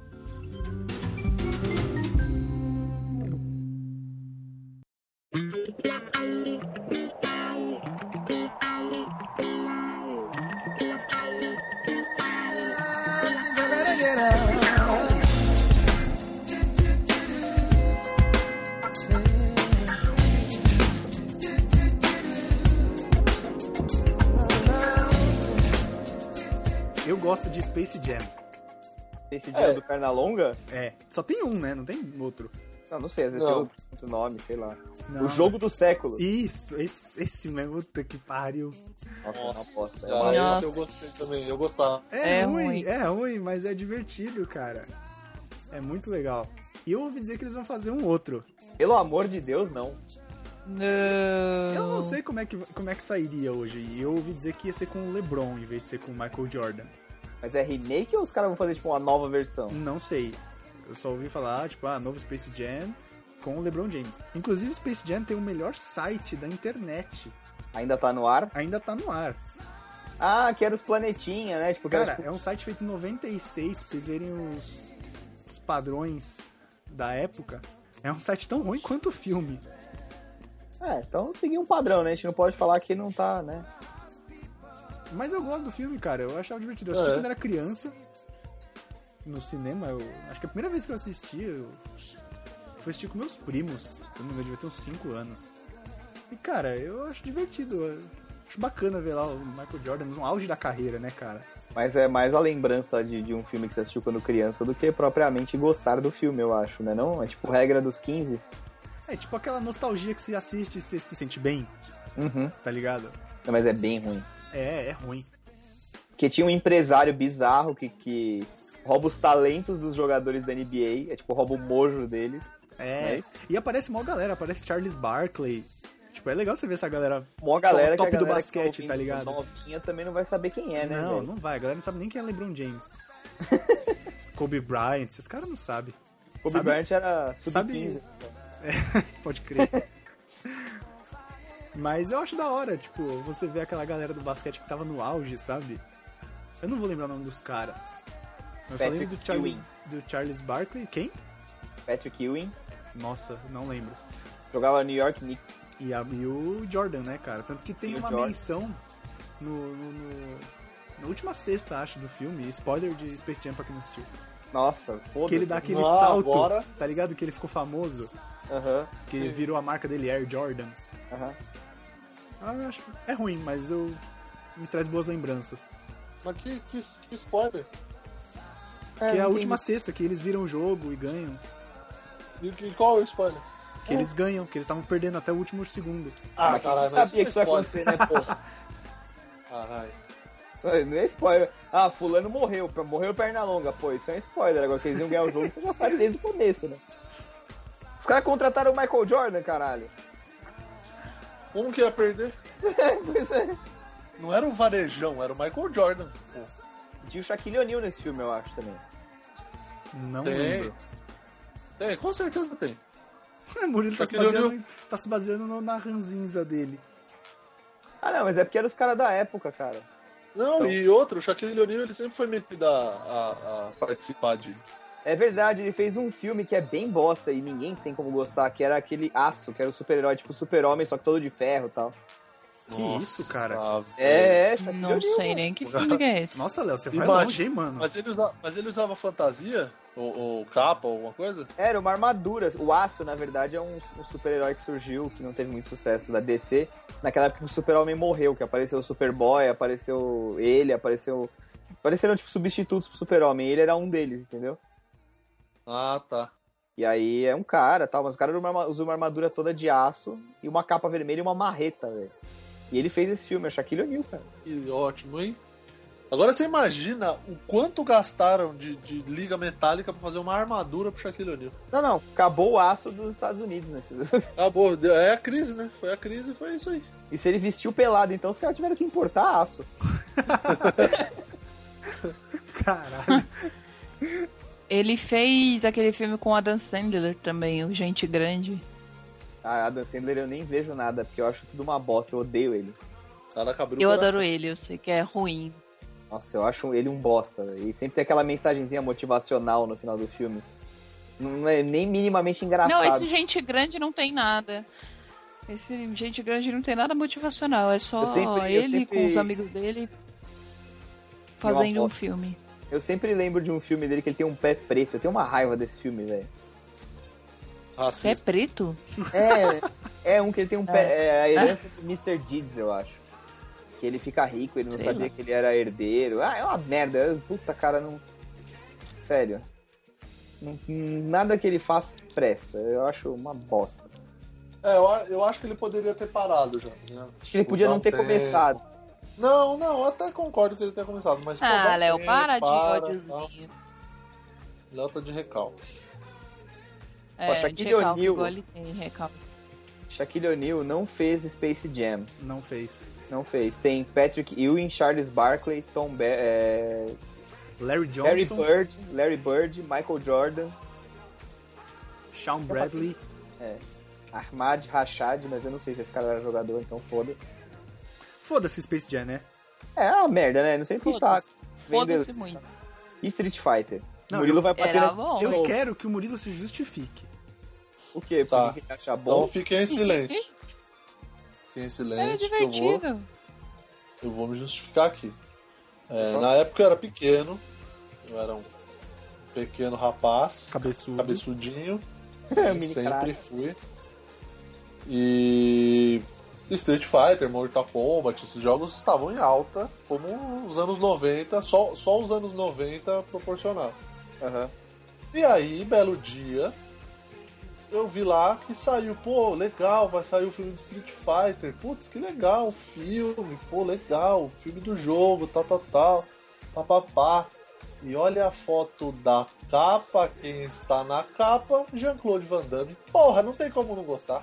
S2: Eu gosto de Space Jam.
S4: Esse dia
S1: É.
S4: do Pernalonga?
S2: É. Só tem um, né? Não tem outro.
S4: Não, não sei, às vezes
S1: Não.
S4: tem outro nome, sei lá.
S2: Não.
S4: O jogo do século.
S2: Isso, esse, esse mesmo, puta que pariu.
S4: Nossa, é uma aposta. É
S1: Ah,
S4: uma...
S1: esse
S3: Nossa.
S1: eu gostei também, eu gostava.
S2: É,
S3: É
S2: ruim,
S3: ruim.
S2: é ruim, mas é divertido, cara. É muito legal. E eu ouvi dizer que eles vão fazer um outro.
S4: Pelo amor de Deus, não.
S3: Não.
S2: Eu não sei como é que, como é que sairia hoje. E eu ouvi dizer que ia ser com o LeBron em vez de ser com o Michael Jordan.
S4: Mas é remake ou os caras vão fazer, tipo, uma nova versão?
S2: Não sei. Eu só ouvi falar, tipo, ah, novo Space Jam com o LeBron James. Inclusive, Space Jam tem o melhor site da internet.
S4: Ainda tá no ar?
S2: Ainda tá no ar.
S4: Ah, que era os planetinha, né? Tipo, que era,
S2: Cara,
S4: tipo,
S2: é um site feito em 96, pra vocês verem os, os padrões da época. É um site tão ruim quanto o filme.
S4: é, então seguir um padrão, né? A gente não pode falar que não tá, né?
S2: Mas eu gosto do filme, cara. Eu achava divertido. Eu assisti
S1: É.
S2: quando era criança. No cinema, eu. Acho que a primeira vez que eu assisti, eu. Fui assistir com meus primos. Se eu não me engano, eu devia ter uns 5 anos. E, cara, eu acho divertido. eu Acho bacana ver lá o Michael Jordan no auge da carreira, né, cara?
S4: Mas é mais a lembrança de, de um filme que você assistiu quando criança do que propriamente gostar do filme, eu acho, né? Não? É tipo regra dos 15.
S2: É tipo aquela nostalgia que você assiste e você se sente bem,
S4: Uhum.
S2: tá ligado?
S4: Não, Mas é bem ruim.
S2: É, é ruim.
S4: Porque tinha um empresário bizarro que, que rouba os talentos dos jogadores da NBA. É tipo, rouba o mojo deles.
S2: É.
S4: É
S2: E aparece mó galera, aparece Charles Barkley. Tipo, é legal você ver essa galera.
S4: Mó galera
S2: Top
S4: que a
S2: do
S4: galera
S2: basquete,
S4: que ouvindo
S2: tá ligado?
S4: Novinha também não vai saber quem é, né?
S2: não,
S4: velho?
S2: não vai. A galera não sabe nem quem é LeBron James. Kobe Bryant, esses caras não sabem.
S4: Kobe
S2: sabe-
S4: Bryant era sub
S2: sabe-
S4: 15.
S2: Pode crer. Mas eu acho da hora, tipo, você vê aquela galera do basquete que tava no auge, sabe? Eu não vou lembrar o nome dos caras. Eu só
S4: Patrick
S2: lembro do Charles,
S4: Ewing.
S2: do Charles Barkley. Quem?
S4: Patrick Ewing.
S2: Nossa, não lembro.
S4: Jogava no New York Knicks.
S2: E, a, e o Jordan, né, cara? Tanto que tem
S4: E o
S2: uma
S4: Jordan.
S2: menção no, no, no- na última sexta, acho, do filme. Spoiler de Space Jam pra quem não assistiu.
S4: Nossa, foda-se.
S2: Que ele dá aquele
S1: Ah,
S2: salto,
S1: agora.
S2: tá ligado? Que ele ficou famoso,
S4: Aham,
S2: que virou a marca dele, Air Jordan.
S4: aham.
S2: Ah, eu acho... É ruim, mas eu... me traz boas lembranças.
S1: Mas que, que, que spoiler.
S2: que é a
S4: não
S2: última sexta, que eles viram o jogo e ganham.
S1: E, que- qual é o spoiler?
S2: Que eles ganham, que eles estavam perdendo até o último segundo.
S4: Ah, mas caralho,
S1: mas
S2: é
S4: sabia que isso ia
S1: é spoiler.
S4: acontecer, né, pô?
S1: Caralho.
S4: Isso aí não é spoiler. Ah, fulano morreu, pra- morreu perna longa. Pô, isso é um spoiler. Agora que eles iam ganhar o jogo, você já sabe desde o começo, né? Os caras contrataram o Michael Jordan, caralho.
S1: Como que ia perder?
S4: Pois é.
S1: Não era o Varejão, era o Michael Jordan. Pô.
S4: Tinha o Shaquille O'Neal nesse filme, eu acho, também.
S2: Não
S1: Tem.
S2: lembro.
S1: É, com certeza tem.
S2: O Murilo tá se,
S1: Shaquille
S2: baseando, em- tá se baseando no- na ranzinza dele.
S4: Ah, não, mas é porque eram os caras da época, cara.
S1: Não,
S4: Então.
S1: e outro, o Shaquille O'Neal ele sempre foi metido a, a- a participar de.
S4: É verdade, ele fez um filme que é bem bosta e ninguém tem como gostar, que era aquele aço, que era o super-herói, tipo super-homem, só que todo de ferro e tal.
S2: Que isso, cara?
S1: É.
S4: É, é, Shaquille
S3: Não
S4: O'Neal,
S3: sei nem que filme que é esse.
S2: Nossa, Léo, você vai
S1: Imagem.
S2: longe, hein, mano?
S1: Mas ele, usa, mas ele usava fantasia? Ou, ou capa, ou alguma coisa?
S4: Era uma armadura. O Aço, na verdade, é um, um super-herói que surgiu, que não teve muito sucesso da DC. Naquela época que o Super-Homem morreu, que apareceu o Superboy, apareceu ele, apareceu. Apareceram, tipo, substitutos pro Super-Homem. Ele era um deles, entendeu?
S1: Ah, tá.
S4: E aí é um cara tal, mas o cara era uma arma- usa uma armadura toda de aço e uma capa vermelha e uma marreta, velho. E ele fez esse filme, é Shaquille O'Neal, cara.
S1: Que ótimo, hein? Agora você imagina o quanto gastaram de, de liga metálica pra fazer uma armadura pro Shaquille O'Neal.
S4: Não, não, acabou o aço dos Estados Unidos, né?
S1: Acabou, deu- é a crise, né? Foi a crise e foi isso aí.
S4: E se ele vestiu pelado, então os caras tiveram que importar aço.
S2: Caralho.
S3: Ele fez aquele filme com Adam Sandler também, o Gente Grande.
S4: A Ah, Adam Sandler eu nem vejo nada, porque eu acho tudo uma bosta, eu odeio ele.
S1: Caraca, abriu o
S3: Eu
S1: coração.
S3: adoro ele, eu sei que é ruim.
S4: Nossa, eu acho ele um bosta. velho. E sempre tem aquela mensagenzinha motivacional no final do filme. Não é nem minimamente engraçado.
S3: Não, esse Gente Grande não tem nada. Esse Gente Grande não tem nada motivacional, é só
S4: Eu sempre- eu
S3: ele
S4: sempre-
S3: com os amigos dele fazendo um
S4: aposto.
S3: filme.
S4: Eu sempre lembro de um filme dele que ele tem um pé preto. Eu tenho uma raiva desse filme, velho.
S3: Você é
S1: Racista.
S3: preto?
S4: É, é um que ele tem um pé. É a herança do Mr. Deeds, eu acho. Que ele fica rico, ele não
S3: Sei
S4: sabia
S3: lá.
S4: que ele era herdeiro. Ah, é uma merda. eu- Puta, cara, não. Sério. Não- nada que ele faça. pressa. Eu acho uma bosta.
S1: É, eu, a- eu acho que ele poderia ter parado já. né?
S4: Acho que ele podia
S1: Dá um
S4: não ter
S1: tempo.
S4: começado.
S1: Não, não, eu até concordo que ele tenha começado, mas. pô, dá
S3: Ah,
S1: um
S3: Léo,
S1: tempo,
S3: para de
S1: tal.
S3: ódiozinho.
S1: Léo tá de recalque.
S3: É,
S4: Shaquille
S3: de recalque,
S4: O'Neal.
S3: igual ele tem é, recalque.
S4: Shaquille O'Neal não fez Space Jam.
S2: Não fez.
S4: Não fez. Tem Patrick Ewing, Charles Barkley, Tom Be é,
S2: Larry
S4: Larry
S2: Johnson,
S4: Bird, Larry Bird, Michael Jordan,
S2: Sean Bradley.
S4: Ahmad Rashad, mas eu não sei se esse cara era jogador, então foda-se.
S2: Foda-se Space Jam, né?
S4: É uma merda, né? Não sei porque tá.
S3: Foda-se. Foda-se muito.
S4: E Street Fighter.
S2: Não,
S4: Murilo vai bater
S3: Era
S4: na-
S3: bom.
S2: Eu
S3: Bom.
S2: quero que o Murilo se justifique.
S4: O quê?
S1: Tá.
S4: Por que achar
S1: Então
S4: bom?
S1: fiquei em silêncio. Fiquei em
S3: Era
S1: silêncio. que Eu vou,
S3: É divertido.
S1: eu vou me justificar aqui. É,
S4: Tá
S1: na época eu era pequeno. Eu era um pequeno rapaz.
S2: Cabeçudo.
S1: cabeçudinho.
S4: Mini
S1: sempre
S4: craque.
S1: fui. E Street Fighter, Mortal Kombat, esses jogos estavam em alta, como os anos 90, só, só os anos 90 proporcionaram.
S4: Aham.
S1: E aí, belo dia, eu vi lá que saiu, pô, legal, vai sair o filme de Street Fighter. Putz, que legal, filme, pô, legal, filme do jogo, tal, tal, tal, papapá. E olha a foto da capa, quem está na capa, Jean-Claude Van Damme. Porra, não tem como não gostar.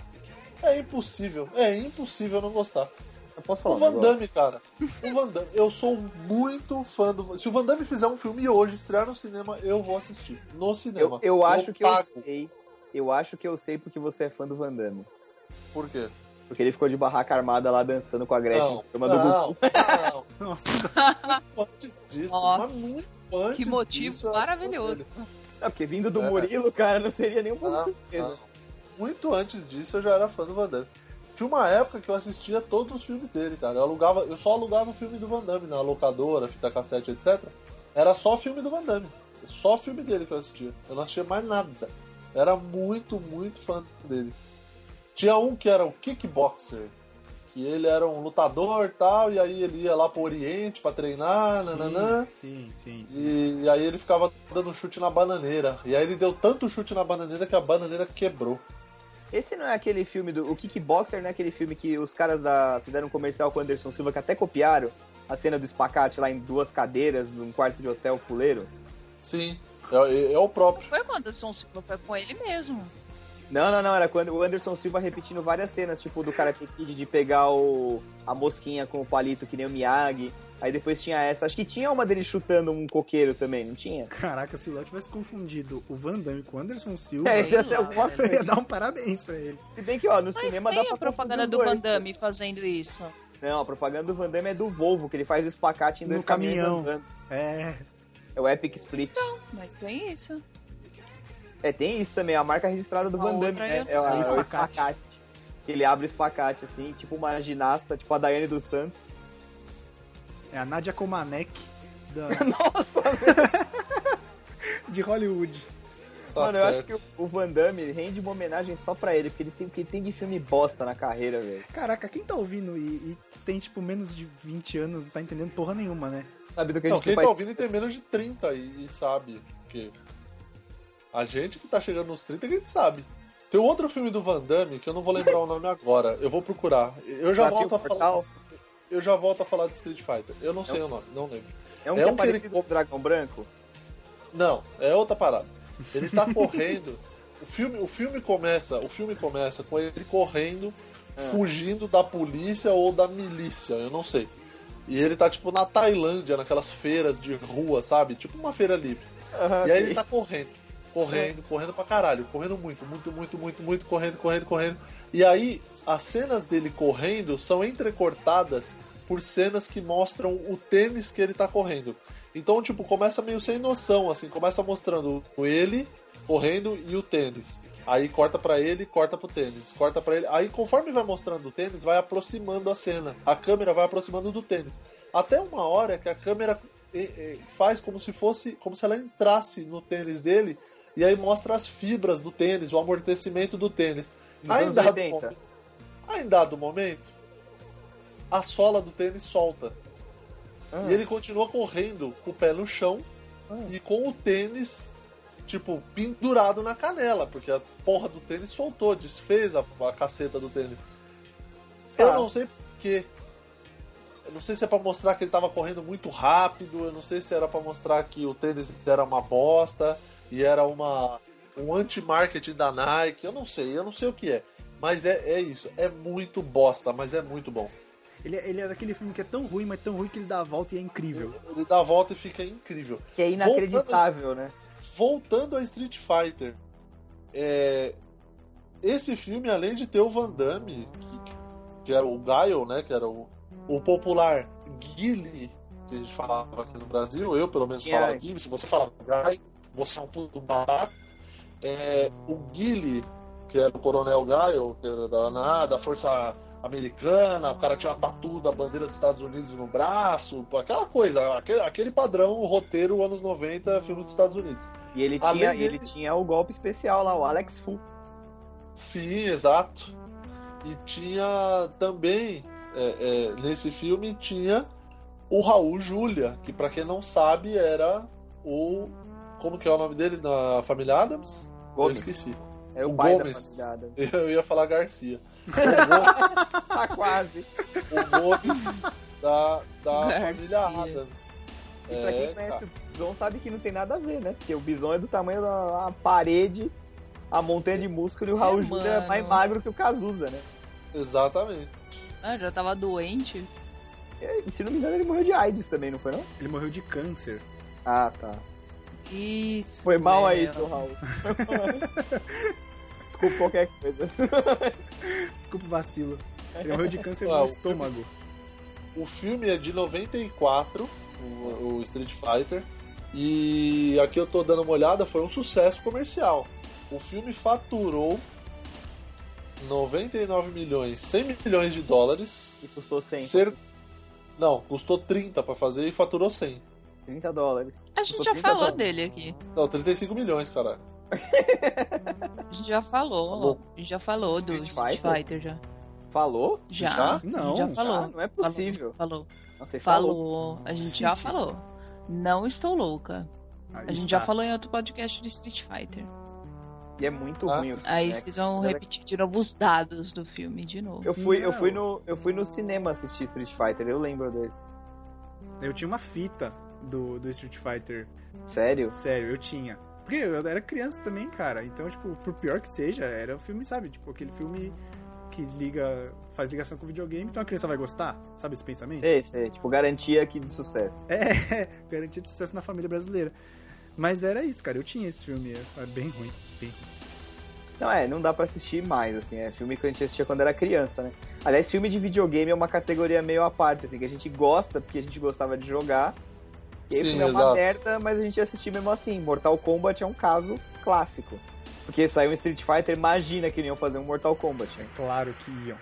S1: É impossível, é impossível não gostar.
S4: Eu posso falar
S1: O
S4: um
S1: Van
S4: negócio?
S1: Damme, cara. O Van Damme, eu sou muito fã do. Se o Van Damme fizer um filme hoje, estrear no cinema, eu vou assistir. No cinema.
S4: Eu, eu acho que eu
S1: pago.
S4: sei. Eu acho que eu sei porque você é fã do Van Damme.
S1: Por quê?
S4: Porque ele ficou de barraca armada lá dançando com a Gretchen
S1: Não,
S4: no
S1: não,
S4: programa do Gugu.
S1: não,
S2: Nossa,
S1: Antes disso,
S3: Nossa,
S1: mas muito antes
S3: Que motivo
S1: disso, eu era fã
S3: maravilhoso.
S1: dele.
S4: Não, porque vindo do
S1: É.
S4: Murilo, cara, não seria nenhuma
S1: Não,
S4: surpresa.
S1: não. Muito antes disso, eu já era fã do Van Damme. Tinha uma época que eu assistia todos os filmes dele, cara. Eu, alugava, eu só alugava o filme do Van Damme na locadora, fita cassete, etc. Era só filme do Van Damme. Só filme dele que eu assistia. Eu não assistia mais nada. Eu era muito, muito fã dele. Tinha um que era o Kickboxer. Que ele era um lutador e tal, e aí ele ia lá pro Oriente pra treinar, nananã.
S2: sim, sim, sim.
S1: E aí ele ficava dando chute na bananeira. E aí ele deu tanto chute na bananeira que a bananeira quebrou.
S4: Esse não é aquele filme do. O Kickboxer não é aquele filme que os caras da, fizeram um comercial com o Anderson Silva que até copiaram a cena do espacate lá em duas cadeiras, num quarto de hotel fuleiro.
S1: Sim, é, é o próprio.
S3: Foi quando o Anderson Silva foi com ele mesmo.
S4: Não, não, não, era quando o Anderson Silva repetindo várias cenas, tipo do Karate Kid de pegar o, a mosquinha com o palito que nem o Miyagi. Aí depois tinha essa. Acho que tinha uma dele chutando um coqueiro também, não tinha?
S2: Caraca, se o Léo tivesse confundido o Van Damme com o Anderson Silva,
S4: É,
S3: sei
S4: ia ser
S3: lá,
S4: alguma
S3: né?
S2: eu ia
S4: coisa.
S2: dar um parabéns pra ele.
S4: Se bem que, ó, no
S3: Mas
S4: cinema dá
S3: tem
S4: pra
S3: a propaganda
S4: confundir
S3: do
S4: os
S3: Van
S4: dois, né?
S3: Damme fazendo isso.
S4: Não, a propaganda do Van Damme é do Volvo, que ele faz o espacate em
S2: No
S4: dois caminhões
S2: caminhão.
S4: andando.
S2: É,
S4: É o Epic Split.
S3: Mas tem isso.
S4: É, tem isso também, a marca registrada
S3: Essa
S4: do Van Damme,
S3: outra
S4: né?
S3: eu não
S4: É, o-
S2: sei.
S4: é o
S2: Espacate.
S4: espacate. Ele abre o espacate, assim, tipo uma ginasta, tipo a Daiane dos Santos.
S2: é a Nadia Comanec da-
S4: Nossa,
S2: de Hollywood.
S1: Tá
S4: mano, eu acho
S1: certo.
S4: que o- o Van Damme rende uma homenagem só pra ele, porque ele tem, porque ele tem de filme bosta na carreira, velho.
S2: Caraca, quem tá ouvindo e, e tem, tipo, menos de 20 anos, não tá entendendo porra nenhuma, né?
S4: Sabe do que a
S1: Não,
S4: gente
S1: quem
S4: faz?
S1: tá ouvindo tem menos de 30 e, e sabe que a gente que tá chegando nos 30 que a gente sabe. Tem um outro filme do Van Damme que eu não vou lembrar o nome agora. Eu vou procurar. Eu já
S4: Desafio
S1: volto a falar.
S4: Mortal?
S1: Eu já volto a falar de Street Fighter. Eu não sei o nome, não lembro.
S4: É um
S1: é um
S4: que é
S1: que ele
S4: parecido com o Dragão Branco?
S1: Não, é outra parada. Ele tá correndo. O filme, o filme começa, o filme começa com ele correndo, fugindo da polícia ou da milícia, eu não sei. E ele tá tipo na Tailândia, naquelas feiras de rua, sabe? Tipo uma feira livre.
S4: Aham,
S1: E aí ele
S4: ok.
S1: tá correndo, correndo, correndo pra caralho, correndo muito, muito, muito, muito, muito, correndo, correndo, correndo. E aí as cenas dele correndo são entrecortadas por cenas que mostram o tênis que ele tá correndo. Então, tipo, começa meio sem noção, assim, começa mostrando ele correndo e o tênis. Aí corta pra ele, corta pro tênis, corta pra ele. Aí conforme vai mostrando o tênis, vai aproximando a cena. A câmera vai aproximando do tênis. Até uma hora que a câmera eh, eh, faz como se fosse, como se ela entrasse no tênis dele e aí mostra as fibras do tênis, o amortecimento do tênis.
S4: Nos
S1: Aí em
S4: anos
S1: dado
S4: 80.
S1: momento- aí em dado momento, a sola do tênis solta.
S4: Ah.
S1: E ele continua correndo com o pé no chão
S4: Ah.
S1: e com o tênis tipo, pendurado na canela, porque a porra do tênis soltou, desfez a, a caceta do tênis. Eu
S4: Tá.
S1: não sei porquê. Eu não sei se é pra mostrar que ele tava correndo muito rápido, eu não sei se era pra mostrar que o tênis era uma bosta e era uma um anti-marketing da Nike, eu não sei, eu não sei o que é. Mas é, é isso, é muito bosta, mas é muito bom.
S2: Ele, é- ele é daquele filme que é tão ruim, mas tão ruim que ele dá a volta e é incrível.
S1: Ele dá a volta e fica incrível.
S4: Que é inacreditável, né?
S1: voltando a Street Fighter, é, esse filme, além de ter o Van Damme, que, que era o Guile, né? Que era o, o popular Guile, que a gente falava aqui no Brasil, eu pelo menos
S4: Guile.
S1: falava Guile, se você falava Guile, você é um puto babaca. É, o Guile, que era o Coronel Guile, que era da, na- da Força Americana, o cara tinha uma tatu da bandeira dos Estados Unidos no braço, aquela coisa, aquele, aquele padrão, roteiro anos 90, filme dos Estados Unidos.
S4: E ele
S1: Além
S4: tinha,
S1: dele-
S4: ele tinha o golpe especial lá, o Alex Fu.
S1: Sim, exato. E tinha também, é, é, nesse filme, tinha o Raul Júlia, que pra quem não sabe era o. Como que é o nome dele na família Adams? Eu
S4: Gomes.
S1: esqueci.
S4: É o,
S1: o
S4: pai
S1: Gomes.
S4: da família.
S1: Eu ia falar Garcia. O,
S4: Tá quase.
S1: Go- o Gomes da, da
S3: Garcia.
S1: família Adams.
S4: E pra
S1: É,
S4: quem conhece o Bison sabe que não tem nada a ver, né? Porque o Bison é do tamanho da da parede, a montanha de músculo e o Raul
S3: É,
S4: Júlia é mais
S3: mano.
S4: magro que o Cazuza, né?
S1: cara, exatamente.
S3: Ah, já tava doente.
S4: E se não me engano, ele morreu de AIDS também, não foi não?
S2: Ele morreu de câncer.
S4: Ah, tá.
S3: Isso.
S4: Foi mal aí,
S3: velho.
S4: seu Raul. Desculpa qualquer coisa.
S2: Desculpa o vacilo. Ele morreu de câncer
S1: Ah,
S2: no
S1: o
S2: estômago.
S1: O filme é de 94, o, o Street Fighter, e aqui eu tô dando uma olhada, foi um sucesso comercial. O filme faturou 99 milhões, 100 milhões de dólares.
S4: E custou 100.
S1: Cer- Não, custou 30 pra fazer e faturou 100.
S4: 30 dólares.
S3: É. A gente
S4: Tô
S3: já
S4: bem
S3: falou
S4: babando.
S3: dele aqui.
S1: Não, 35 milhões, cara.
S3: A gente já falou. A gente já falou do
S4: Street
S3: Street
S4: Fighter?
S3: Fighter já.
S4: Falou?
S3: Já.
S1: Já?
S2: Não.
S3: Já falou.
S4: Ah, não é possível.
S3: Falou.
S4: Não sei se falou.
S3: Falou. A gente
S2: City.
S3: já falou. Não estou louca.
S2: Aí tá.
S3: A gente
S2: está.
S3: já falou em outro podcast de Street Fighter.
S4: E é muito
S1: Ah.
S4: ruim o filme,
S3: Aí
S4: né?
S3: vocês vão
S4: Era-
S3: repetir de novo os dados do filme de novo.
S4: Eu fui, eu
S2: Não.
S4: fui no, eu
S3: Hum.
S4: fui no cinema assistir Street Fighter, eu lembro desse.
S2: Eu tinha uma fita do, do Street Fighter.
S4: Sério?
S2: Sério, eu tinha. Porque eu era criança também, cara. Então, tipo, por pior que seja, era um filme, sabe? Tipo, aquele filme que liga. faz ligação com o videogame, então a criança vai gostar. Sabe esse pensamento?
S4: Sei, sei. Tipo, garantia aqui de sucesso.
S2: É, garantia de sucesso na família brasileira. Mas era isso, cara. Eu tinha esse filme. É bem ruim. Bem ruim.
S4: Não, é, não dá pra assistir mais, assim. É filme que a gente assistia quando era criança, né? Aliás, filme de videogame é uma categoria meio à parte, assim, que a gente gosta porque a gente gostava de jogar. E aí o
S1: Sim,
S4: filme é uma
S1: exato.
S4: merda, mas a gente ia assistir mesmo assim. Mortal Kombat é um caso clássico. Porque saiu um Street Fighter, imagina que iriam fazer um Mortal Kombat, né?
S2: É claro que iam.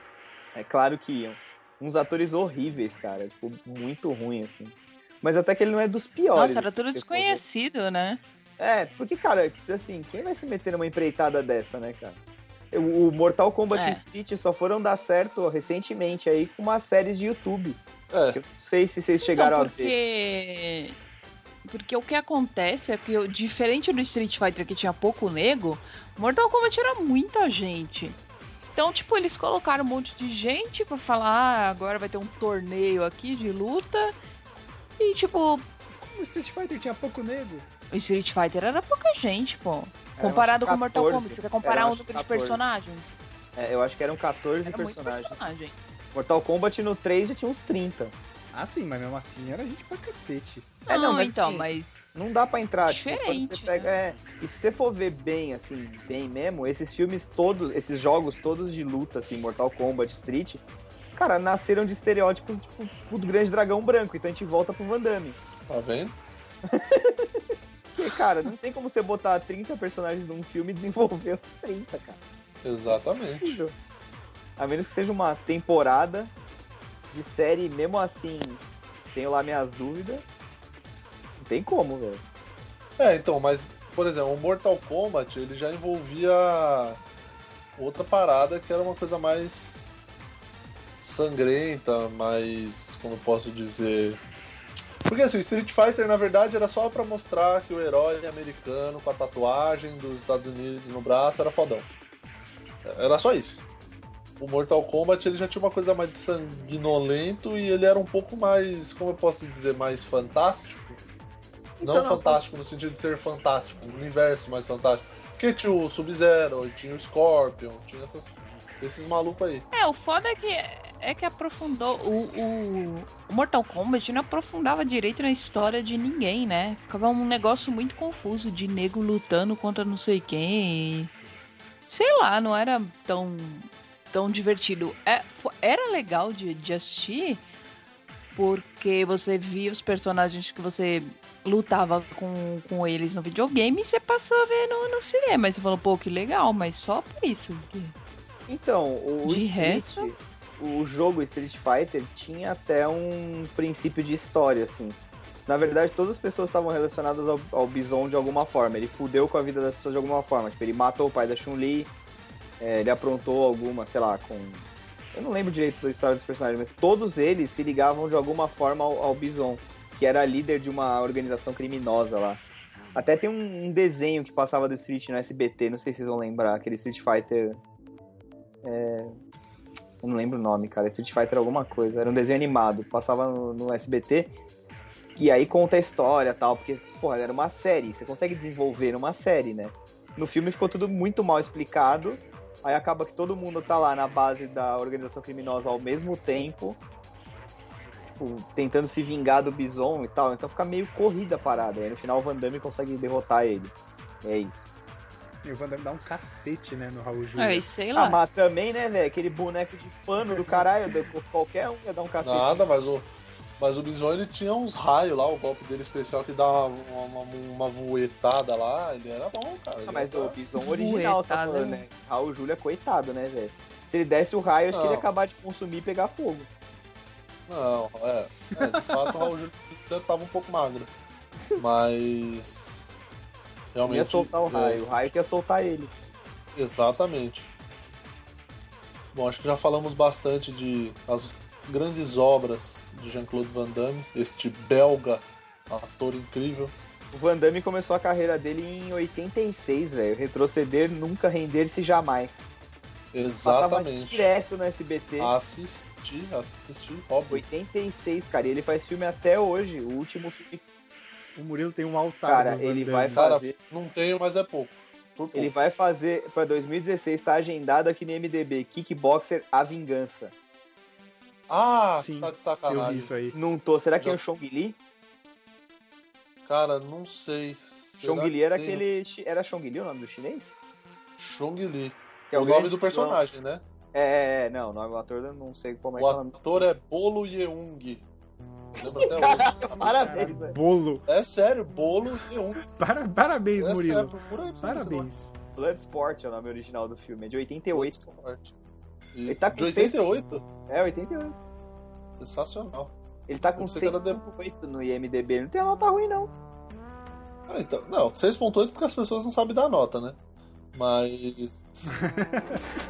S4: É claro que iam. Uns atores horríveis, cara. Tipo, muito ruim, assim. Mas até que ele não é dos piores.
S3: Nossa, era tudo
S4: se você for ver.
S3: desconhecido, né?
S4: É, porque, cara, assim, quem vai se meter numa empreitada dessa, né, cara? O o Mortal Kombat
S3: É.
S4: e Street só foram dar certo recentemente aí com umas séries de YouTube.
S1: É,
S4: Que eu não sei se
S3: Então,
S4: vocês chegaram
S3: Não,
S4: a ver.
S3: porque... Porque o que acontece é que, eu- diferente do Street Fighter que tinha pouco nego, Mortal Kombat era muita gente. Então, tipo, eles colocaram um monte de gente pra falar, ah, agora vai ter um torneio aqui de luta. E, tipo,
S2: Como o Street Fighter tinha pouco nego?
S3: o Street Fighter era pouca gente, pô.
S4: Era
S3: Comparado
S4: uns
S3: com o Mortal
S4: 14,
S3: Kombat, você quer comparar
S4: era
S3: o
S4: uns
S3: número de
S4: 14.
S3: personagens?
S4: É, eu acho que eram 14
S3: Era muito
S4: personagens.
S3: personagem.
S4: Mortal Kombat no 3 já tinha uns 30.
S2: Ah, sim, mas mesmo assim era gente pra cacete.
S4: É, não,
S3: não,
S4: mas
S3: então,
S4: sim.
S3: mas
S4: Não dá pra entrar. tipo, quando
S3: Diferente, né?
S4: você pega- é, e se você for ver bem, assim, bem mesmo, esses filmes todos, esses jogos todos de luta, assim, Mortal Kombat, Street, cara, nasceram de estereótipos tipo o do grande dragão branco. Então a gente volta pro Van Damme.
S1: tá vendo?
S4: Porque, cara, não tem como você botar 30 personagens num filme e desenvolver os 30, cara. Não é
S1: Exatamente.
S4: possível. A menos que seja uma temporada de série, mesmo assim, tenho lá minhas dúvidas. Não tem como, velho.
S1: É, então, mas, por exemplo, o Mortal Kombat, ele já envolvia outra parada que era uma coisa mais sangrenta, mais, como eu posso dizer, Porque assim, o Street Fighter, na verdade, era só pra mostrar que o herói americano com a tatuagem dos Estados Unidos no braço era fodão. Era só isso. O Mortal Kombat ele já tinha uma coisa mais de sanguinolento e ele era um pouco mais, como eu posso dizer, mais fantástico.
S4: Então,
S1: não
S4: não,
S1: fantástico no sentido de ser fantástico, no universo mais fantástico. Porque tinha o Sub-Zero, tinha o Scorpion, tinha essas- esses malucos aí.
S3: É, o foda é que é que aprofundou o, o- o Mortal Kombat não aprofundava direito na história de ninguém, né? Ficava um negócio muito confuso de nego lutando contra não sei quem. e- Sei lá, não era tão tão divertido. É, fo- era legal de, de assistir porque você via os personagens que você lutava com, com eles no videogame e você passou a ver no, no cinema. E você falou, pô, que legal, mas só por isso. que-
S4: Então, o
S3: De
S4: Street-
S3: resto?
S4: o jogo Street Fighter tinha até um princípio de história, assim. Na verdade, todas as pessoas estavam relacionadas ao, ao Bison de alguma forma. Ele fudeu com a vida das pessoas de alguma forma. Tipo, ele matou o pai da Chun-Li, é, ele aprontou alguma, sei lá, com... Eu não lembro direito da história dos personagens, mas todos eles se ligavam de alguma forma ao, ao Bison, que era líder de uma organização criminosa lá. Até tem um, um desenho que passava do Street no SBT, não sei se vocês vão lembrar, aquele Street Fighter... Eu não lembro o nome, cara. Street Fighter alguma coisa. Era um desenho animado. Passava no, no SBT. E aí conta a história e tal. Porque, porra, era uma série. Você consegue desenvolver numa série, né? No filme ficou tudo muito mal explicado. Aí acaba que todo mundo tá lá na base da organização criminosa ao mesmo tempo. tipo, Tentando se vingar do Bison e tal. Então fica meio corrida a parada. Aí no final o Van Damme consegue derrotar ele. É isso.
S2: E o Van Damme dá um cacete, né, no Raul Júlia.
S3: É, e sei lá.
S4: Ah, mas também, né, velho? Aquele boneco de pano do caralho. Qualquer um ia dar um cacete.
S1: Nada, mas o. Mas o Bison ele tinha uns raios lá, o golpe dele especial que dá uma, uma, uma voetada lá, ele era bom, cara.
S4: Ah, mas o
S1: o...
S4: Bison original tá
S3: Voetada,
S4: falando,
S3: né?
S4: né? Esse Raul Júlia, coitado, né, velho? Se ele desse o raio, acho que
S1: Não.
S4: ele ia acabar de consumir e pegar fogo.
S1: Não, é. é, De fato, o Raul Júlio tava um pouco magro. Mas.
S4: Não
S1: Realmente.
S4: ia soltar o
S1: é,
S4: raio. O raio que ia soltar ele.
S1: Exatamente. Bom, acho que já falamos bastante de as grandes obras de Jean-Claude Van Damme, este belga ator incrível.
S4: O Van Damme começou a carreira dele em 86, velho. Retroceder, nunca render-se jamais. Passava
S1: Exatamente. Ah.
S4: direto no SBT.
S1: Assisti, assisti, óbvio.
S4: 86, cara. E ele faz filme até hoje. O último filme.
S2: O Murilo tem um altar
S4: Cara,
S2: do Van
S4: ele
S2: Damme.
S4: vai
S1: Cara,
S4: fazer.
S1: não tenho, mas é pouco. Por pouco.
S4: Ele vai fazer, pra 2016, tá agendado aqui no MDB, Kickboxer A Vingança.
S1: Ah,
S2: Sim,
S1: tá de
S2: Eu vi
S1: sacanagem.
S2: isso aí.
S4: Não tô. Será que é o
S1: Já-
S4: Chong Li?
S1: Cara, não sei. Será
S4: é. Chong Li
S1: que
S4: era
S1: tem?
S4: aquele. chi- Era Chong Li o nome do chinês?
S1: Chong Li.
S4: Que é
S1: o nome
S4: grande
S1: do
S4: vilão.
S1: personagem, né?
S4: É, é, é, não, o nome do ator eu não sei como é
S1: O
S4: que é o nome.
S1: ator é Bolo Yeung. Lembra até hoje.
S4: Caraca, parabéns, velho.
S2: Bolo.
S1: É sério, Bolo Yeung.
S2: Para- parabéns,
S1: É sério,
S2: Murilo.
S1: procura aí pra você ver esse nome.
S2: Parabéns.
S4: Bloodsport é o nome original do filme, é de 88. pô.
S1: E
S4: Ele tá com
S1: de 88?
S4: É, 88.
S1: Sensacional.
S4: Ele tá
S1: Eu
S4: com
S1: pensei que era
S4: 6.8 no IMDB, ele não tem uma nota ruim, não.
S1: Ah, então, não, 6.8 porque as pessoas não sabem dar nota, né? Mas.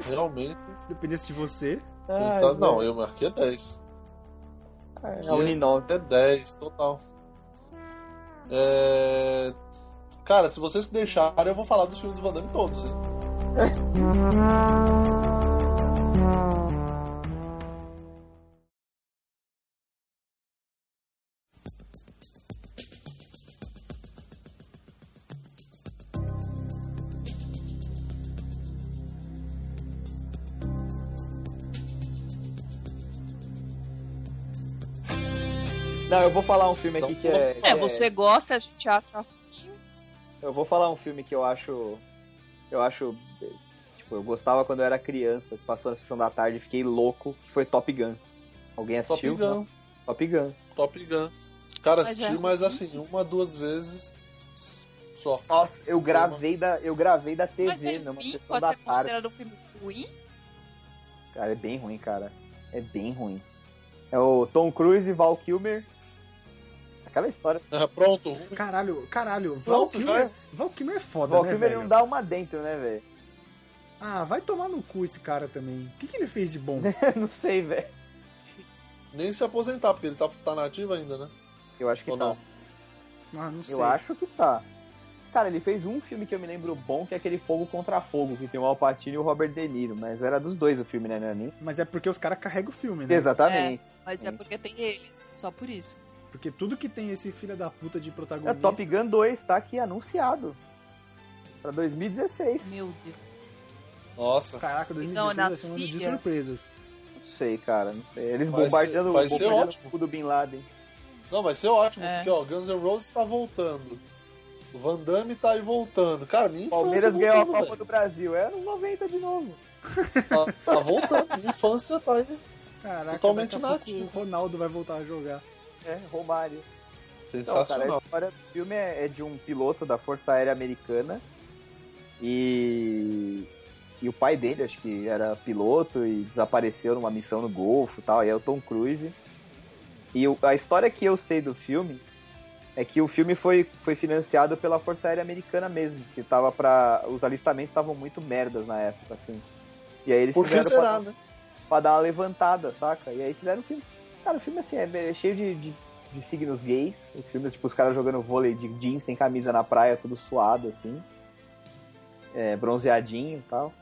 S1: realmente.
S2: Se dependesse de você,
S1: sensa-
S4: Ai,
S1: Não,
S4: velho.
S1: eu marquei 10.
S4: Ah, É, é a Uninove.
S1: Até 10, total. É... Cara, se vocês deixarem, eu vou falar dos filmes do Van Damme todos, hein?
S4: Não, eu vou falar um filme aqui
S1: Então,
S4: que é. que
S3: É, você gosta, a gente acha ruim.
S4: Eu vou falar um filme que eu acho. Eu acho. Tipo, eu gostava quando eu era criança, que passou na sessão da tarde e fiquei louco, que foi Top Gun. Alguém
S1: Top
S4: assistiu?
S1: Gun.
S4: Top Gun.
S1: Top Gun. Cara,
S3: Mas
S1: assisti,
S3: é.
S1: mas assim, uma, duas vezes só.
S4: Nossa, eu gravei da, eu gravei da
S3: Mas
S4: TV,
S3: ele
S4: numa
S3: ruim,
S4: sessão
S3: pode
S4: é da
S3: ser
S4: tarde.
S3: considerado um filme ruim.
S4: Cara, é bem ruim, cara. É bem ruim. É o Tom Cruise e Val Kilmer. Aquela história.
S1: Ah, Pronto, ruim.
S2: caralho, caralho, Val
S1: Pronto, já
S2: Kilmer,
S1: é.
S2: Val Kilmer é foda,
S4: Val
S2: né,
S4: Kilmer
S2: velho?
S4: não dá uma dentro, né, velho?
S2: Ah, vai tomar no cu esse cara também. O que, que ele fez de bom?
S4: não sei, velho.
S1: nem se aposentar, porque ele tá, tá nativo ainda, né?
S4: Eu acho que
S1: Ou
S4: tá.
S1: não?
S2: Ah, não sei.
S4: Eu acho que tá. Cara, ele fez um filme que eu me lembro bom, que é aquele Fogo Contra Fogo, que tem o Al Pacino e o Robert De Niro, mas era dos dois o filme, né, Nani?
S2: Mas é porque os caras carregam o filme, né?
S4: Exatamente.
S3: Mas é
S4: Sim.
S3: porque tem eles, só por isso.
S2: Porque tudo que tem esse filho da puta de
S4: É,
S2: protagonista.
S4: Top Gun 2, tá aqui anunciado. Pra 2016.
S3: Meu Deus.
S1: Nossa.
S2: Caraca,
S3: Então,
S2: 2016
S3: na
S2: vai ser um ano de
S3: filha-
S2: surpresas.
S4: Não sei, cara, não sei. Eles
S1: Vai ser-
S4: bombardeando,
S1: vai ser
S4: bombardeando
S1: ótimo.
S4: o cu do Bin Laden.
S1: Não, vai ser ótimo,
S3: É.
S1: porque ó, Guns N' Roses tá voltando. O Van Damme tá aí voltando. Cara, minha infância
S4: Palmeiras
S1: voltando,
S4: ganhou a Copa
S1: velho.
S4: do Brasil. É anos 90 de novo.
S1: Tá, tá voltando. Minha infância tá aí.
S2: Caraca,
S1: Totalmente
S2: daqui a pouco
S1: nativo.
S2: O Ronaldo vai voltar a jogar.
S4: É, Romário. Então, cara, a
S1: Sensacional.
S4: história do filme é, é de um piloto da Força Aérea Americana e, e o pai dele, acho que era piloto e desapareceu numa missão no Golfo e tal, e é o Tom Cruise. E o- a história que eu sei do filme é que o filme foi, foi financiado pela Força Aérea Americana mesmo, que tava para Os alistamentos estavam muito merdas na época, assim. E aí eles
S1: Por que
S4: fizeram pra-
S1: será, né?
S4: pra dar uma levantada, saca? E aí fizeram um filme. Cara, o filme assim, é é cheio de, de, de signos gays. O filme é tipo os caras jogando vôlei de jeans sem camisa na praia, tudo suado, assim. É, bronzeadinho e tal.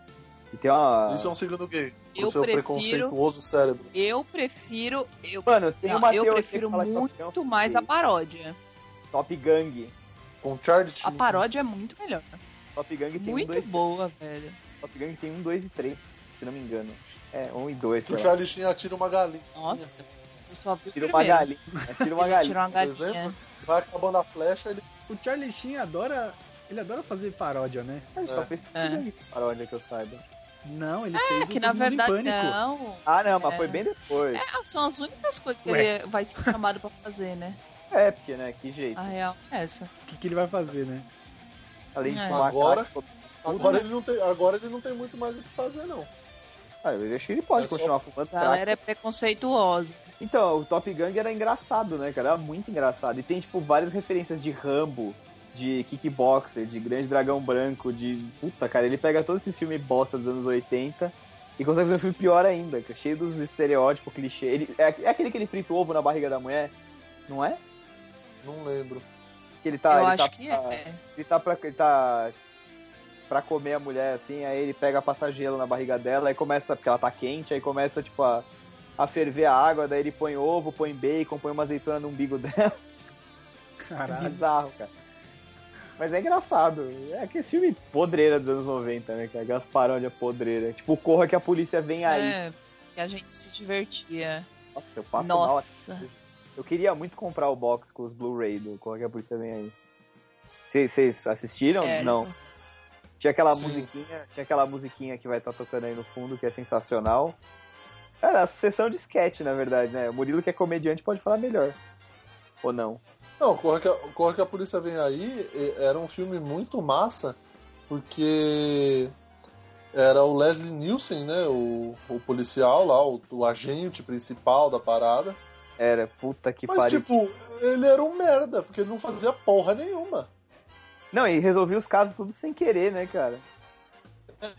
S4: E tem uma.
S1: Isso é um signo gay. Com
S3: Eu
S1: seu
S3: prefiro-
S1: preconceituoso cérebro.
S3: Eu prefiro. Eu,
S4: Mano, tem
S3: Não,
S4: uma
S3: eu
S4: teoria
S3: prefiro
S4: que fala que Top Gun é um
S3: muito
S4: filme
S3: mais a
S4: gay.
S3: paródia.
S4: Top Gang.
S1: Com Charlie
S3: A
S1: Sheen.
S3: paródia é muito melhor.
S4: Top Gang tem um,
S3: Muito
S4: dois.
S3: boa, velho.
S4: Top Gang tem um, dois e três, se não me engano. É, um e dois.
S1: Que o
S4: sei lá.
S1: Charlie Sheen atira uma galinha.
S3: Nossa. Eu só vi o
S4: Tira
S3: primeiro.
S4: uma galinha. né? Tira uma
S3: Eles
S4: galinha.
S3: tiram uma
S1: Vocês
S3: galinha.
S1: lembram? Vai acabando a flecha, ele
S2: O Charlie Sheen adora. Ele adora fazer paródia, né?
S4: Ele Só fez Top
S3: É.
S4: Gun, paródia que eu saiba.
S2: Não, ele fez o Todo
S3: Que na
S2: Mundo em
S3: verdade
S2: Pânico.
S3: não.
S4: Ah, não, mas
S3: É.
S4: foi bem depois.
S3: É, são as únicas coisas que
S2: Ué.
S3: ele vai ser chamado pra fazer, né?
S4: É, porque, né? Que jeito.
S3: A real é essa.
S2: O que, que ele vai fazer, né?
S4: Além de
S3: É.
S4: fumar
S1: Agora-
S4: crack, né?
S1: Agora ele, não tem, agora ele não tem muito mais o que fazer, não.
S4: Ah, eu acho que ele pode
S1: É só-
S4: continuar fumando
S3: A galera
S4: crack.
S3: é preconceituosa.
S4: Então, o Top Gang era engraçado, né, cara? Era muito engraçado. E tem, tipo, várias referências de Rambo, de Kickboxer, de Grande Dragão Branco, de... Puta, cara, ele pega todos esses filmes bosta dos anos 80 e consegue fazer um filme pior ainda, que é cheio dos estereótipos, clichê. Ele... É é aquele que ele frita o ovo na barriga da mulher? Não é?
S1: Não lembro.
S4: Que ele tá...
S3: eu
S4: ele
S3: acho
S4: tá,
S3: que é.
S4: Ele tá pra... Ele tá... Pra comer a mulher, assim, aí ele pega passageiro na barriga dela, aí começa, porque ela tá quente, aí começa, tipo, a, a ferver a água, daí ele põe ovo, põe bacon, põe uma azeitona no umbigo dela. É
S2: Caralho.
S4: bizarro, cara. Mas é engraçado. É aquele filme podreira dos anos 90, né, cara? Aquelas paródias podreira. Tipo, corra que a polícia vem aí.
S3: É, que a gente se divertia.
S4: Nossa, eu passo mal.
S3: Nossa.
S4: Eu queria muito comprar o box com os Blu-ray do Corra que é a polícia vem aí. Vocês- Vocês assistiram?
S3: É.
S4: Não. Tinha aquela
S1: Sim.
S4: musiquinha, tinha aquela musiquinha que vai estar tocando aí no fundo, que é sensacional. Era a sucessão de sketch, na verdade, né? O Murilo, que é comediante, pode falar melhor. Ou não.
S1: Não, Corra que, a, Corra que a Polícia Vem Aí e- era um filme muito massa, porque era o Leslie Nielsen, né? O, o policial lá, o, o agente principal da parada.
S4: Era, puta que
S1: Mas,
S4: pariu.
S1: tipo, ele era um merda, porque ele não fazia porra nenhuma.
S4: Não, e resolvia os casos tudo sem querer, né, cara?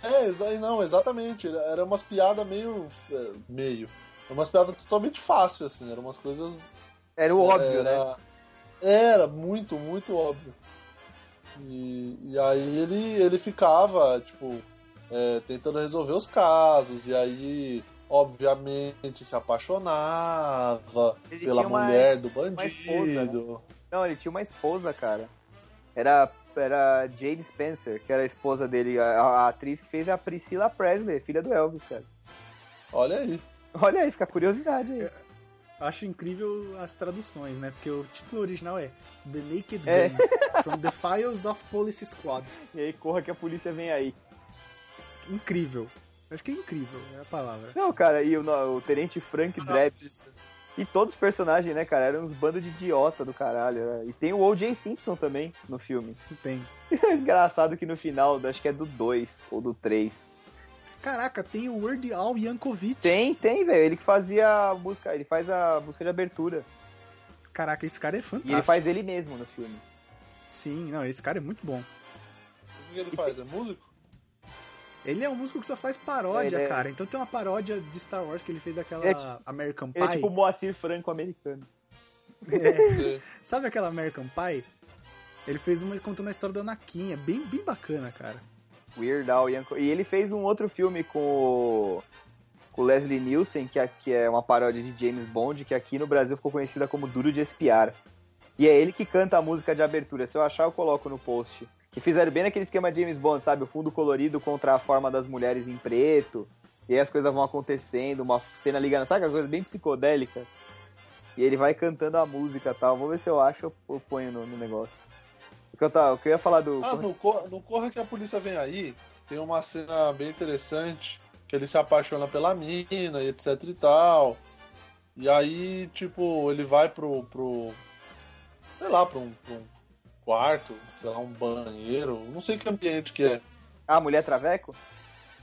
S1: É, exa não, exatamente. Era- Era umas piadas meio. é, meio. Era umas piadas totalmente fácil, assim. Eram umas coisas.
S4: Era o óbvio, né?
S1: era, Era muito, muito óbvio. E, e aí ele, ele ficava, tipo, é, tentando resolver os casos, e aí, obviamente, se apaixonava
S4: Ele
S1: pela
S4: tinha uma-
S1: mulher do
S4: uma esposa, né?
S1: bandido.
S4: Não, ele tinha uma esposa, cara. Era, era Jane Spencer, que era a esposa dele, a, a atriz que fez é a Priscila Presley, filha do Elvis, cara.
S1: Olha aí.
S4: Olha aí, fica a curiosidade aí.
S2: Acho incrível as traduções, né? Porque o título original é The Naked Gun
S4: É.
S2: From the Files of Police Squad.
S4: E aí, corra que a polícia vem aí.
S2: Incrível. Eu Acho que é incrível é a palavra.
S4: Não, cara, e o, no- o Tenente Frank Dredd e todos os personagens, né, cara, eram uns bandos de idiota do caralho. né? E tem o O.J. Simpson também no filme. É
S2: Não tem.
S4: Engraçado que no final, acho que é do 2 ou do 3.
S2: Caraca, tem o Word Al Yankovic.
S4: Tem, tem, velho. Ele que fazia a música, ele faz a música de abertura.
S2: Caraca, esse cara é
S4: E
S2: fantástico.
S4: ele faz ele mesmo no filme.
S2: Sim, não, esse cara é muito bom.
S1: O que ele faz? É músico?
S2: Ele é um músico que só faz paródia,
S4: Ele é-
S2: cara. Então tem uma paródia de Star Wars que ele fez daquela
S4: É tipo-
S2: American Pie.
S4: Ele é tipo o Moacir Franco americano.
S2: Sabe aquela American Pie? Ele fez uma contando a história da Anakin, é bem, bem bacana, cara.
S4: Weird Al Yankovic. E ele fez um outro filme com o, com o Leslie Nielsen, que aqui é uma paródia de James Bond, que aqui no Brasil ficou conhecida como Duro de Espiar. E é ele que canta a música de abertura. Se eu achar, eu coloco no post. Que fizeram bem naquele esquema James Bond, sabe? O fundo colorido contra a forma das mulheres em preto. E aí as coisas vão acontecendo, uma cena ligando, sabe? Uma coisa bem psicodélica. E ele vai cantando a música e tal. Vou ver se eu acho, eu ponho no, no negócio. O que, eu tava- o que eu ia falar do.
S1: Ah, no, Cor- no Corra que a Polícia Vem Aí, tem uma cena bem interessante, que ele se apaixona pela mina e etc e tal. E aí, tipo, ele vai pro. pro sei lá, pra um, pra um quarto, sei lá, um banheiro, não sei que ambiente que é.
S4: Ah, Mulher Traveco?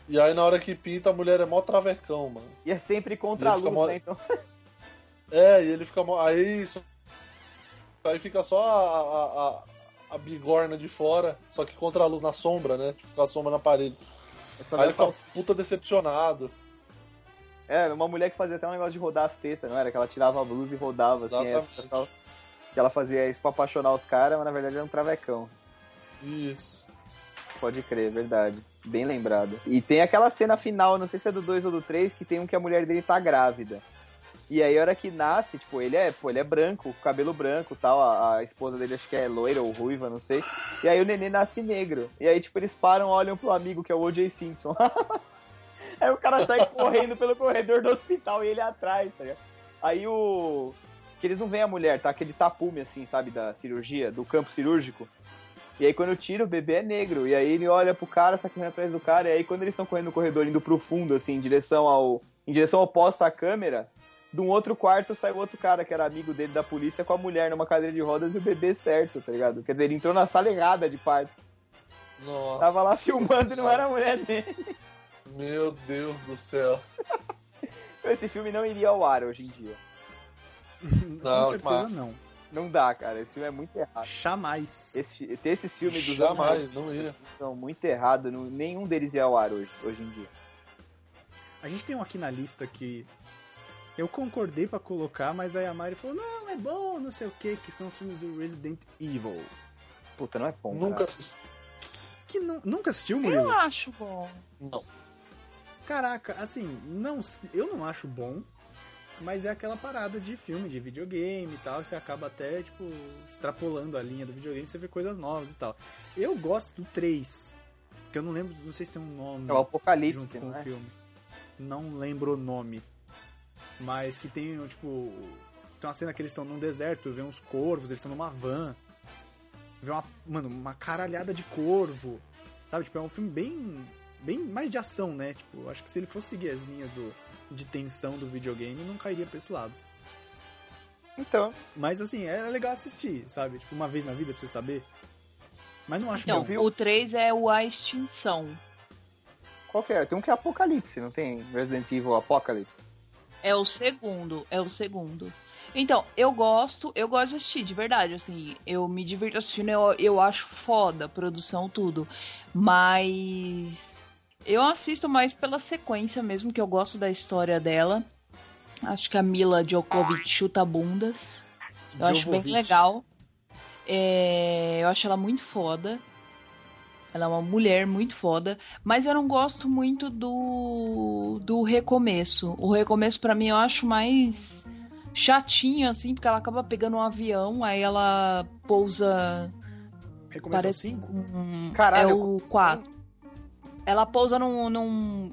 S1: E aí, na hora que pinta, a mulher é mó travecão, mano.
S4: E é sempre contra a
S1: Ele fica
S4: luz,
S1: mó-
S4: né? Então,
S1: É, e ele fica. mó- Aí isso. Aí fica só a, a, a, a bigorna de fora, só que contra a luz na sombra, né? Fica a sombra na parede.
S4: é só
S1: Aí ele
S4: nessa-
S1: fica puta decepcionado.
S4: É, uma mulher que fazia até um negócio de rodar as tetas, não era? Que ela tirava a blusa e rodava, assim, é,
S1: Exatamente.
S4: tal. que ela fazia isso pra apaixonar os caras, mas na verdade era um travecão.
S1: Isso.
S4: Pode crer, é verdade. Bem lembrado. E tem aquela cena final, não sei se é do 2 ou do 3, que tem um que a mulher dele tá grávida. E aí a hora que nasce, tipo, ele é, pô, ele é branco, cabelo branco tal, a, a esposa dele acho que é loira ou ruiva, não sei. E aí o neném nasce negro. E aí, tipo, eles param, olham pro amigo, que é o O.J. Simpson. aí o cara sai correndo pelo corredor do hospital e ele atrás, tá ligado? Aí o... Que eles não veem a mulher, tá? Aquele tapume, assim, sabe, da cirurgia, do campo cirúrgico. E aí quando tira, o bebê é negro. E aí ele olha pro cara, sai correndo atrás do cara. E aí quando eles estão correndo no corredor, indo pro fundo, assim, em direção ao. em direção oposta à câmera, de um outro quarto sai o outro cara, que era amigo dele da polícia, com a mulher numa cadeira de rodas e o bebê certo, tá ligado? Quer dizer, ele entrou na sala errada de parto.
S1: Nossa.
S4: Tava lá filmando e não era a mulher dele.
S1: Meu Deus do céu.
S4: Então, Esse filme não iria ao ar hoje em dia.
S1: Não,
S2: Com certeza
S1: mas-
S2: não.
S4: Não dá, cara. Esse filme é muito errado.
S2: Jamais.
S4: Esse, ter esses filmes dos anos
S1: Jamais, não
S4: 90,
S1: ia.
S4: assim, são muito errados. não- Nenhum deles ia ao ar hoje, hoje em dia.
S2: A gente tem um aqui na lista que eu concordei pra colocar, mas aí a Mari falou, não, é bom, não sei o que, que são os filmes do Resident Evil.
S4: Puta, não é bom.
S1: Nunca
S4: cara.
S1: assisti.
S2: Que não, nunca assistiu,
S3: Eu
S2: Murilo?
S3: acho bom.
S1: Não.
S2: Caraca, assim, não, eu não acho bom, mas é aquela parada de filme, de videogame e tal, que você acaba até, tipo, extrapolando a linha do videogame, você vê coisas novas e tal. Eu gosto do 3, que eu não lembro, não sei se tem um nome
S4: É o Apocalipse,
S2: junto com
S4: não
S2: o
S3: né?
S4: é?
S2: filme. Não lembro o nome, mas que tem, tipo, tem uma cena que eles estão num deserto, vê uns corvos, eles estão numa van, vê uma, mano, uma caralhada de corvo, sabe? Tipo, é um filme bem bem mais de ação, né? Tipo, acho que se ele fosse seguir as linhas do, de tensão do videogame, não cairia pra esse lado.
S4: Então,
S2: Mas assim, é legal assistir, sabe? Tipo, uma vez na vida pra você saber. Mas não acho
S3: Então,
S2: bom.
S4: viu?
S3: o 3 é o A Extinção.
S4: qual que é? Tem um que é Apocalipse, não tem? Resident Evil Apocalipse.
S3: É o segundo, é o segundo. Então, eu gosto, eu gosto de assistir, de verdade, assim, eu me divirto assistindo, eu, eu acho foda a produção, tudo. Mas eu assisto mais pela sequência mesmo, que eu gosto da história dela. Acho que a Mila Djokovic chuta bundas. Eu acho bem
S2: Jovovich.
S3: legal. É, eu acho ela muito foda. Ela é uma mulher muito foda. Mas eu não gosto muito do, do recomeço. O recomeço, pra mim, eu acho mais chatinho, assim, porque ela acaba pegando um avião, aí ela pousa.
S2: Recomeça
S3: parece
S2: é o 5?
S3: um-
S4: Caralho,
S3: é o 4. Ela pousa num, num.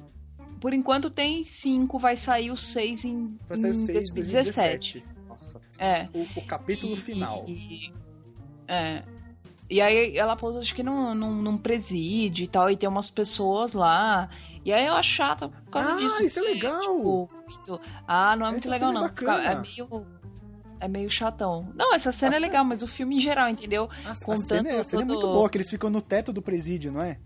S3: Por enquanto tem cinco, vai sair o seis em,
S2: Vai sair o 6
S3: em
S2: de
S3: 2017.
S2: 2017.
S4: Nossa.
S3: É.
S2: O, o capítulo
S3: E-
S2: final.
S3: e- é. E aí ela pousa, acho que num, num, num presídio e tal, e tem umas pessoas lá. E aí eu acho chata por causa
S2: Ah,
S3: disso.
S2: isso é
S3: porque,
S2: legal!
S3: tipo, muito- Ah, não é muito
S2: Essa
S3: legal,
S2: cena é
S3: não. Fica- É,
S2: bacana.
S3: meio. É meio chatão. Não, essa cena é legal, mas o filme em geral, entendeu?
S2: A, a
S3: contando
S2: cena, é- a cena é muito
S3: todo-
S2: boa, que eles ficam no teto do presídio, não é?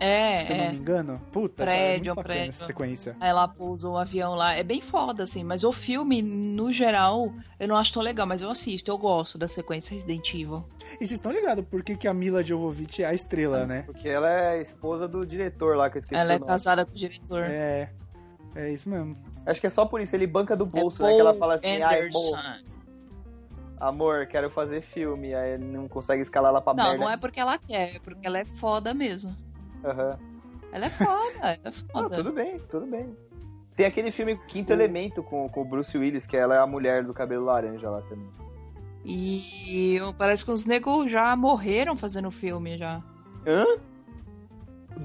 S3: É,
S2: Se eu
S3: é.
S2: não me engano. Puta, essa é
S3: Prédio,
S2: muito bacana
S3: prédio.
S2: essa sequência.
S3: Aí ela pousa o avião lá. É bem foda, assim. Mas o filme, no geral, eu não acho tão legal. Mas eu assisto, eu gosto da sequência Resident Evil.
S2: E vocês estão ligados por que, que a Mila Jovovich é a estrela, né?
S4: Porque ela é esposa do diretor lá, que eu esqueci
S3: Ela
S4: o
S3: é
S4: nome.
S3: casada com o diretor.
S2: É. É isso mesmo.
S4: Acho que é só por isso, ele banca do
S3: É
S4: bolso, né? Que ela
S3: Paul
S4: fala assim, ah, é
S3: Anderson.
S4: bom. amor, quero fazer filme. Aí ele não consegue escalar ela pra
S3: não,
S4: merda.
S3: não é porque ela quer, é porque ela é foda mesmo.
S4: Aham.
S3: Ela é foda, ela é
S4: Não,
S3: foda.
S4: Ah, tudo bem, tudo bem. Tem aquele filme Quinto Elemento com, com o Bruce Willis, que ela é a mulher do cabelo laranja lá também.
S3: E parece que os negros já morreram fazendo filme já.
S4: Hã?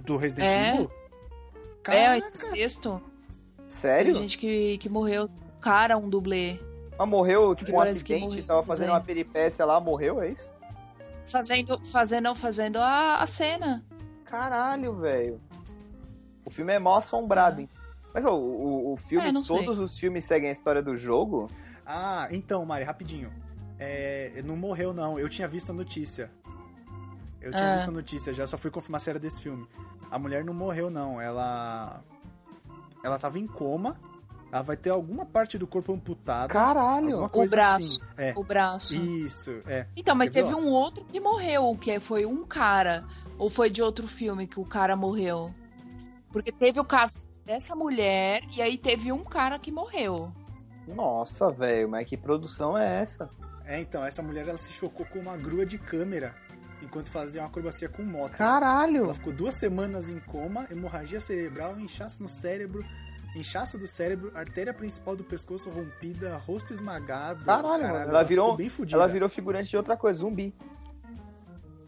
S2: Do Resident
S3: É.
S2: Evil?
S3: É,
S2: Caraca.
S3: esse sexto. Tem
S4: Sério?
S3: gente que, que morreu. Cara, um dublê.
S4: Mas morreu, tipo, um
S3: Parece que
S4: acidente,
S3: morreu, É.
S4: tava fazendo uma peripécia lá, morreu, é isso?
S3: Fazendo, fazendo, fazendo a, a cena.
S4: Caralho, velho. O filme é mal assombrado, hein? Mas ó, o, o- o filme,
S3: É, não sei.
S4: todos os filmes seguem a história do jogo?
S2: Ah, então, Mari, rapidinho. É, não morreu, não. Eu tinha visto a notícia. Eu tinha
S3: Ah.
S2: visto a notícia já, só fui confirmar se era desse filme. A mulher não morreu, não. Ela. Ela tava em coma. Ela vai ter alguma parte do corpo amputada.
S4: Caralho!
S2: alguma coisa assim.
S3: braço.
S2: É.
S3: O braço.
S2: Isso, é.
S3: Então, mas
S2: Quer ver, ó?
S3: teve um outro que morreu, que foi um cara. Ou foi de outro filme que o cara morreu? Porque teve o caso dessa mulher e aí teve um cara que morreu.
S4: Nossa, velho, mas que produção é essa?
S2: É, então, essa mulher ela se chocou com uma grua de câmera enquanto fazia uma acrobacia com motos.
S4: Caralho!
S2: Ela ficou duas semanas em coma, hemorragia cerebral, inchaço no cérebro, inchaço do cérebro, artéria principal do pescoço rompida, rosto esmagado.
S4: Caralho, mano. Ela virou-
S2: ficou bem fudida.
S4: Ela virou figurante de outra coisa, zumbi.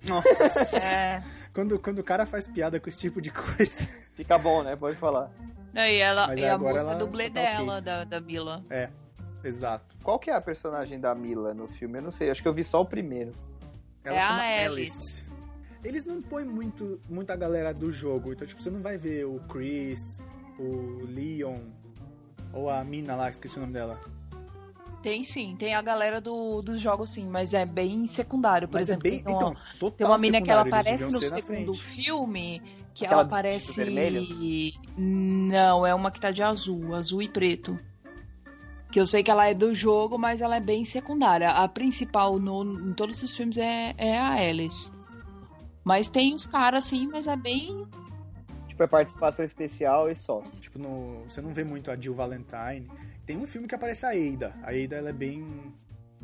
S2: Nossa.
S3: É.
S2: quando, quando o cara faz piada com esse tipo de coisa.
S4: Fica bom, né? Pode falar.
S3: E, ela,
S2: Mas
S3: e a
S2: agora
S3: moça
S2: ela
S3: dublê
S2: tá ok.
S3: dela, da, da Mila.
S2: Exato.
S4: Qual que é a personagem da Mila no filme? Eu não sei, acho que eu vi só o primeiro.
S2: Ela
S3: É a
S2: chama
S3: Alice.
S2: Alice. Eles não põem muito, muito a galera do jogo, então tipo, você não vai ver o Chris, o Leon, ou a mina lá, esqueci o nome dela.
S3: Tem sim, tem a galera do, dos jogos sim, mas é bem secundário, por
S2: Mas
S3: exemplo.
S2: é bem.
S3: tem, uma-
S2: Então, total
S3: tem uma mina que ela
S2: secundário, eles
S3: aparece no
S2: deviam ser na
S3: segundo
S2: frente.
S3: filme, que
S4: Aquela
S3: ela
S4: do vestido
S3: aparece...
S4: vermelho?
S3: Não, é uma que tá de azul, azul e preto. Que eu sei que ela é do jogo, mas ela é bem secundária. A principal no, em todos os filmes é, é a Alice. Mas tem os caras sim, mas é bem...
S4: Tipo, é participação especial e só.
S2: Tipo, no- você não vê muito a Jill Valentine. Tem um filme que aparece a Ada. A Ada ela é bem,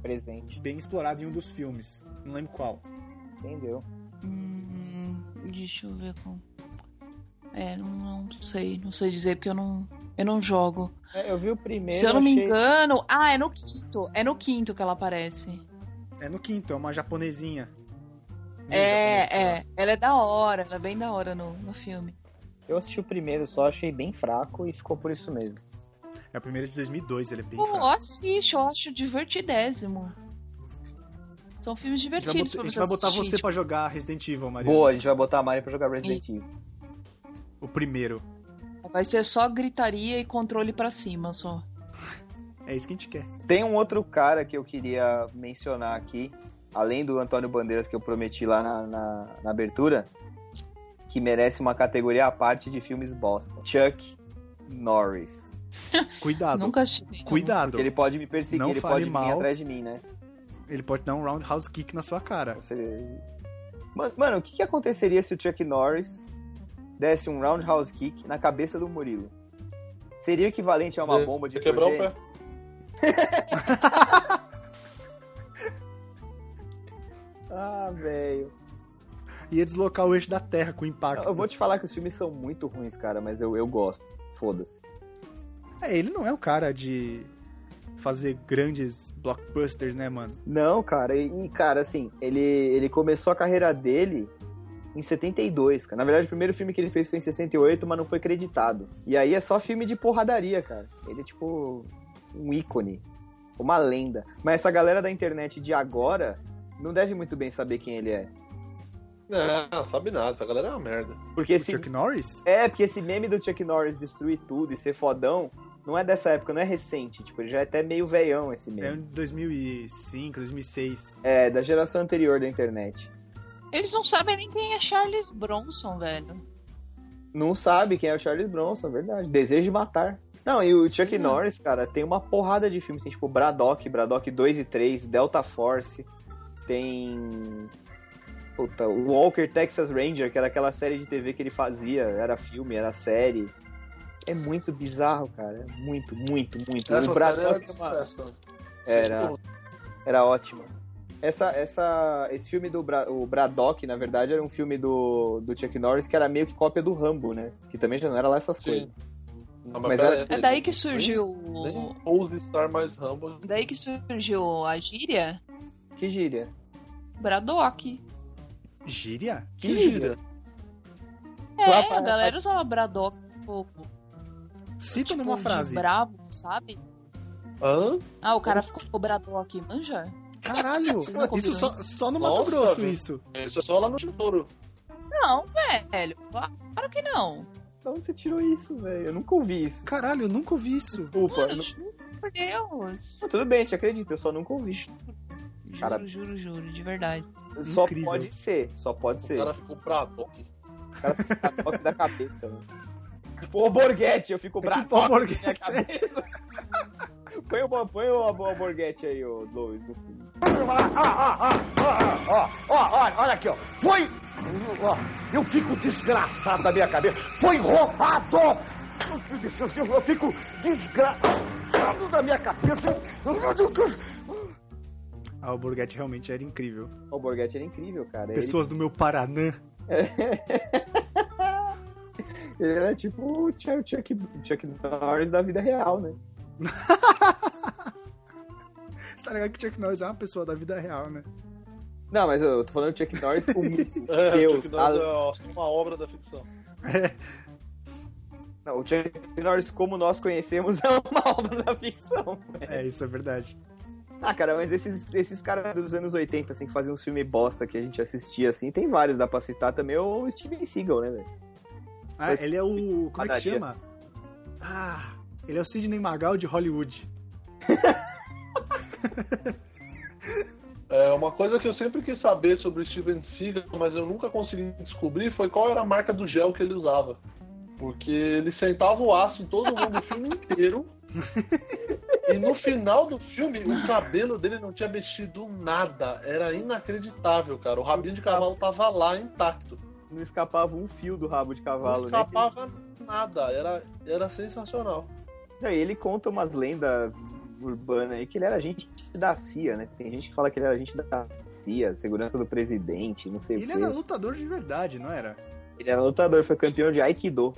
S4: Presente.
S2: bem explorada em um dos filmes. Não lembro qual.
S4: Entendeu?
S3: Hum, deixa eu ver como... É, não, não sei, não sei dizer porque eu não, eu não jogo.
S4: É, eu vi o primeiro.
S3: Se eu não me
S4: achei-
S3: engano. Ah, é no quinto. É no quinto que ela aparece.
S2: É no quinto, é uma japonesinha. Meio japonesa,
S3: é,
S2: né?
S3: é. Ela é da hora. Ela é bem da hora no, no filme.
S4: Eu assisti o primeiro só, achei bem fraco e ficou por isso mesmo.
S2: É a primeira de 2002, ele é bem
S3: Pô, eu
S2: fraco.
S3: assisto, eu acho divertidésimo. São filmes
S2: A gente vai
S3: divertidos
S2: botar, a
S3: pra
S2: gente
S3: você
S2: vai botar
S3: assistir. tipo.
S2: você pra jogar Resident Evil, Maria.
S4: Boa, a gente vai botar a Mari pra jogar Resident
S3: Isso.
S4: Evil.
S2: O primeiro.
S3: tipo, Vai ser só gritaria e controle pra cima, só.
S2: É isso que a gente quer.
S4: Tem um outro cara que eu queria mencionar aqui, além do Antônio Bandeiras que eu prometi lá na, na- na abertura, que merece uma categoria à parte de filmes bosta. Chuck Norris.
S2: Cuidado.
S3: Nunca assisti.
S2: Cuidado.
S4: Porque ele pode me perseguir,
S2: Não
S4: ele
S2: fale
S4: pode vir
S2: mal.
S4: atrás de mim, né?
S2: Ele pode dar um roundhouse kick na sua cara.
S4: Você- Mano, mano, o que, que aconteceria se o Chuck Norris desse um roundhouse kick na cabeça do Murilo? Seria o equivalente a uma
S1: Ele
S4: bomba de
S1: quebrar o
S4: hidrogênio?
S1: pé.
S4: Ah, velho.
S2: Ia deslocar o eixo da Terra com o impacto.
S4: Eu vou te falar que os filmes são muito ruins, cara, mas eu, eu gosto. Foda-se.
S2: É, ele não é o cara de fazer grandes blockbusters, né, mano?
S4: Não, cara, e, e, cara, assim, ele, ele começou a carreira dele em 72, cara. Na verdade, o primeiro filme que ele fez foi em 68, mas não foi creditado. E aí é só filme de porradaria, cara. Ele é tipo um ícone, uma lenda. Mas essa galera da internet de agora não deve muito bem saber quem ele é.
S1: Não, sabe nada, essa galera é uma merda.
S4: Porque
S2: O
S4: esse,
S2: Chuck Norris?
S4: é, porque esse meme do Chuck Norris destruir tudo e ser fodão não é dessa época, não é recente. Tipo, ele já é até meio veião esse
S2: É
S4: meme.
S2: de 2005, 2006.
S4: É, da geração anterior da internet.
S3: Eles não sabem nem quem é Charles Bronson, velho.
S4: Não sabe quem é o Charles Bronson, é verdade. Desejo de matar. Não, e o Chuck Norris, cara, tem uma porrada de filmes. Tem tipo Braddock, Braddock 2 e 3, Delta Force, tem. Puta, o Walker Texas Ranger, que era aquela série de TV que ele fazia, era filme, era série. É muito bizarro, cara. É muito, muito, muito.
S1: Essa
S4: o
S1: série era
S4: Braddock
S1: de né?
S4: é uma-
S1: sucesso também.
S4: Era. Era ótimo. Essa, essa, esse filme do Bra o Braddock, na verdade, era um filme do, do Chuck Norris que era meio que cópia do Rambo, né? Que também já não era lá essas
S1: Sim.
S4: coisas.
S1: Não,
S4: Mas
S1: Ah, pera
S4: era- tipo
S1: aí,
S3: É daí que surgiu.
S1: Nem
S3: o-
S1: ouse estar mais Rambo.
S3: Daí que surgiu a gíria
S4: tipo, Que gíria.
S3: Bradock.
S2: Gíria?
S1: Que gira.
S3: É,
S4: Lá pra-
S3: a galera usava Bradock um pouco.
S2: Cita
S3: tipo,
S2: numa
S3: de
S2: frase.
S3: brabo, sabe?
S1: Hã?
S3: Ah, o cara ficou Bradock, manja?
S2: Caralho!
S3: Vocês não
S2: Isso só,
S3: combinam
S2: só no Mato
S1: Nossa,
S2: Grosso,
S1: velho.
S2: isso.
S1: Isso é só lá no Chintoro.
S3: Não, velho. Claro que não.
S4: De onde você tirou isso, velho? Eu nunca ouvi isso.
S2: Caralho, eu nunca ouvi isso.
S4: Desculpa. eu
S3: Mano,
S4: não-
S3: juro por Deus.
S4: Não, Tudo bem, te acredito, eu só nunca ouvi.
S3: Juro,
S4: Cara-
S3: juro, juro, de verdade.
S4: Só
S2: Incrível.
S4: pode ser, só pode
S1: O
S4: ser.
S1: cara ficou prato.
S4: Tá toque da cabeça, né? Tipo, o Borghetti, eu fico
S2: É
S4: bravo.
S2: tipo o Borghetti.
S4: Minha cabeça. põe o, bo- põe o, o Borghetti aí, ô Lois, no filme.
S5: Ó, ó, olha, olha aqui, ó. Foi. Ó, eu fico desgraçado da minha cabeça. Foi roubado! Eu, eu- eu fico desgraçado da minha cabeça.
S2: Ah, o Borghetti realmente era incrível.
S4: O Borghetti era incrível, cara. Ele-
S2: Pessoas do meu Paranã.
S4: Ele, era tipo o Chuck, Chuck, Chuck Norris da vida real, né?
S2: Você tá ligado que o Chuck Norris é uma pessoa da vida real, né?
S4: Não, mas eu tô falando do Chuck Norris com
S1: Deus,
S4: Deus. a-
S1: é uma obra da ficção.
S4: Não, o Chuck Norris, como nós conhecemos, é uma obra da ficção.
S2: É, isso é verdade.
S4: Ah, cara, mas esses, esses caras dos anos 80, assim, que faziam uns filmes bosta que a gente assistia, assim, tem vários, dá pra citar também o Steven Seagal, né, velho?
S2: Ah, ele é o. Como é que
S4: Padaria.
S2: chama? Ah, ele é o Sidney Magal de Hollywood.
S1: É, uma coisa que eu sempre quis saber sobre o Steven Seagal, mas eu nunca consegui descobrir, foi qual era a marca do gel que ele usava. Porque ele sentava o aço em todo mundo o filme inteiro. E no final do filme, o cabelo dele não tinha mexido nada. Era inacreditável, cara. O rabinho de cavalo tava lá intacto.
S4: Não escapava um fio do rabo de
S1: Não
S4: cavalo, né?
S1: escapava nada. Era, era sensacional.
S4: Não, E ele conta umas lendas urbanas aí que ele era agente da CIA, né? Tem gente que fala que ele era agente da CIA, segurança do presidente, não sei
S2: Ele
S4: o quê.
S2: era lutador de verdade, não era?
S4: Ele era lutador, foi campeão de Aikido.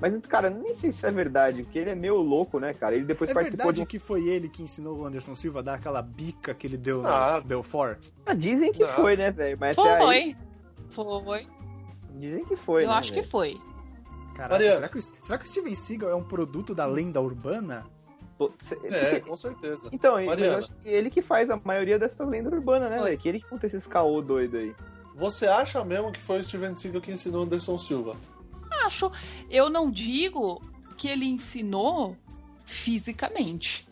S4: Mas, cara, nem sei se é verdade, porque ele é meio louco, né, cara? Ele depois
S2: É
S4: participou
S2: verdade
S4: de um
S2: que foi ele que ensinou o Anderson Silva a dar aquela bica que ele deu no
S1: Ah.
S2: Belfort?
S4: Ah, Dizem que
S1: Não.
S4: foi, né, velho? Mas até aí-
S3: Foi. Foi.
S4: Dizem que foi,
S3: Eu
S4: né,
S3: acho que
S4: velho?
S3: foi.
S2: Caraca,
S1: Mariana.
S2: será que, o, será que o Steven Seagal é um produto da lenda urbana?
S4: Pô, cê-
S1: É, com certeza.
S4: Então, mas
S1: Mariana.
S4: eu acho que ele que faz a maioria dessa lenda urbana, né,
S3: Foi.
S4: velho? Que ele que conta esses caô doido aí.
S1: Você acha mesmo que foi o Steven Seagal que ensinou o Anderson Silva?
S3: Acho. Eu não digo que ele ensinou fisicamente.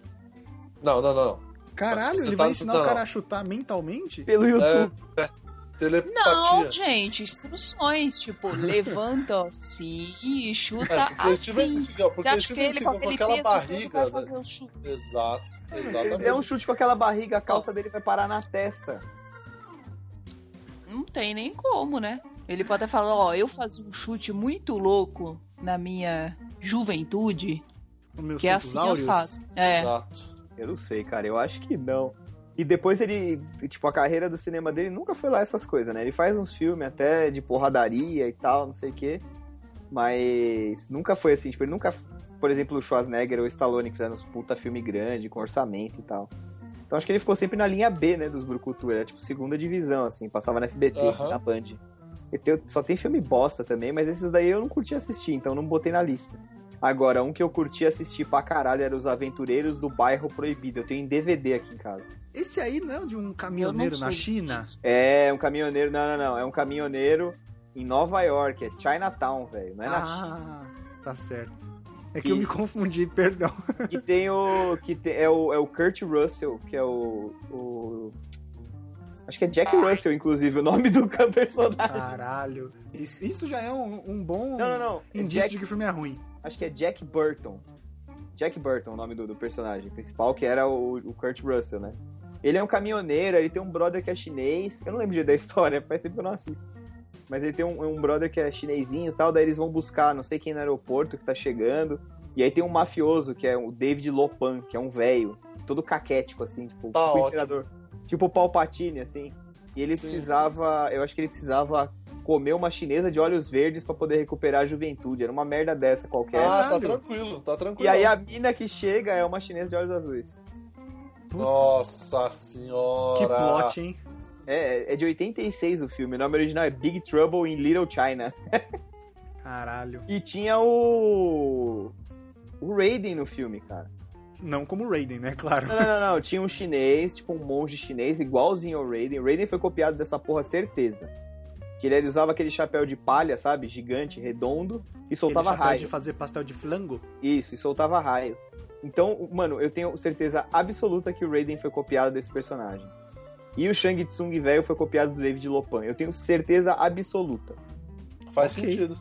S1: Não, não, não. não.
S2: Caralho,
S1: Você
S2: ele
S1: tá
S2: vai ensinar o
S1: chutando.
S2: cara a chutar mentalmente?
S4: Pelo
S1: É,
S4: YouTube.
S1: Telepatia.
S3: Não, gente, instruções, tipo, levanta assim e chuta
S1: É, porque o Steven
S3: assim.
S1: Seagal, porque
S3: Você
S1: o
S3: acha que
S1: Steven
S3: ele com
S1: Seagal com
S3: aquele
S1: aquela
S3: peso todo
S1: barriga.
S3: vai
S1: né?
S3: fazer o chute?
S1: Exato,
S4: Ele é um
S1: exatamente.
S4: chute com aquela barriga, a calça dele vai parar na testa.
S3: Não tem nem como, né? Ele pode até falar, ó, eu fazia um chute muito louco na minha juventude,
S2: Nos meus
S3: que é
S2: tempos
S3: assim
S2: áureos?
S3: assado. É,
S1: Exato.
S4: Eu não sei, cara. Eu acho que não. E depois ele, tipo, a carreira do cinema dele nunca foi lá essas coisas, né? Ele faz uns filmes até de porradaria e tal, não sei o quê. Mas nunca foi assim, tipo, ele nunca. Por exemplo, o Schwarzenegger ou o Stallone que fizeram uns puta filme grande, com orçamento e tal. Então acho que ele ficou sempre na linha B, né, dos Brucutu. Era tipo segunda divisão, assim, passava na SBT,
S1: Aham.
S4: na Band. E tem- só tem filme bosta também, mas esses daí eu não curti assistir, então não botei na lista. Agora, um que eu curti assistir pra caralho era Os Aventureiros do Bairro Proibido. Eu tenho em DVD aqui em casa.
S2: Esse aí não é de um caminhoneiro
S3: Eu não
S2: na
S3: sei.
S2: China?
S4: É, um caminhoneiro. Não, não, não. É um caminhoneiro em Nova York. É Chinatown, velho. Não é na China.
S2: Ah, tá certo. É que
S4: Que-
S2: eu me confundi, perdão.
S4: Que tem o. Que tem- é, o é o Kurt Russell, que é o. o- Acho que é Jack Russell, inclusive, o nome do personagem.
S2: Caralho. Isso, isso já é um, um bom
S4: Não, não, não. É
S2: indício
S4: Jack-
S2: de que o filme é ruim.
S4: Acho que é Jack Burton. Jack Burton, é o nome do, do personagem principal, que era o, o Kurt Russell, né? Ele é um caminhoneiro, ele tem um brother que é chinês. Eu não lembro direito da história, faz tempo que eu não assisto. Mas ele tem um, um brother que é chinesinho e tal, daí eles vão buscar não sei quem no aeroporto que tá chegando. E aí tem um mafioso, que é o David Lopan, que é um velho, todo caquético, assim, tipo,
S1: Tá
S4: tipo
S1: ótimo.
S4: imperador. Tipo o Palpatine, assim. E ele
S1: Sim.
S4: precisava, eu acho que ele precisava comer uma chinesa de olhos verdes pra poder recuperar a juventude. Era uma merda dessa qualquer.
S1: Ah, tá
S2: Caralho.
S1: tranquilo, tá
S4: e
S1: tranquilo.
S4: aí a mina que chega é uma chinesa de olhos azuis.
S2: Putz,
S1: Nossa senhora.
S2: que plot, hein?
S4: É, é de 86 o filme, o nome original é Big Trouble in Little China.
S2: Caralho.
S4: E tinha o. O Raiden no filme, cara.
S2: Não como Raiden, né? Claro.
S4: Não, não, não, não. Tinha um chinês, tipo um monge chinês, igualzinho ao Raiden. O Raiden foi copiado dessa porra, certeza. Que ele, ele usava aquele chapéu de palha, sabe? Gigante, redondo, e soltava
S2: Aquele chapéu
S4: raio.
S2: de fazer pastel de flango.
S4: Isso, e soltava raio. Então, o- mano, eu tenho certeza absoluta que o Raiden foi copiado desse personagem. E o Shang Tsung velho foi copiado do David Lopan. Eu tenho certeza absoluta.
S1: Faz
S2: Ok.
S1: sentido.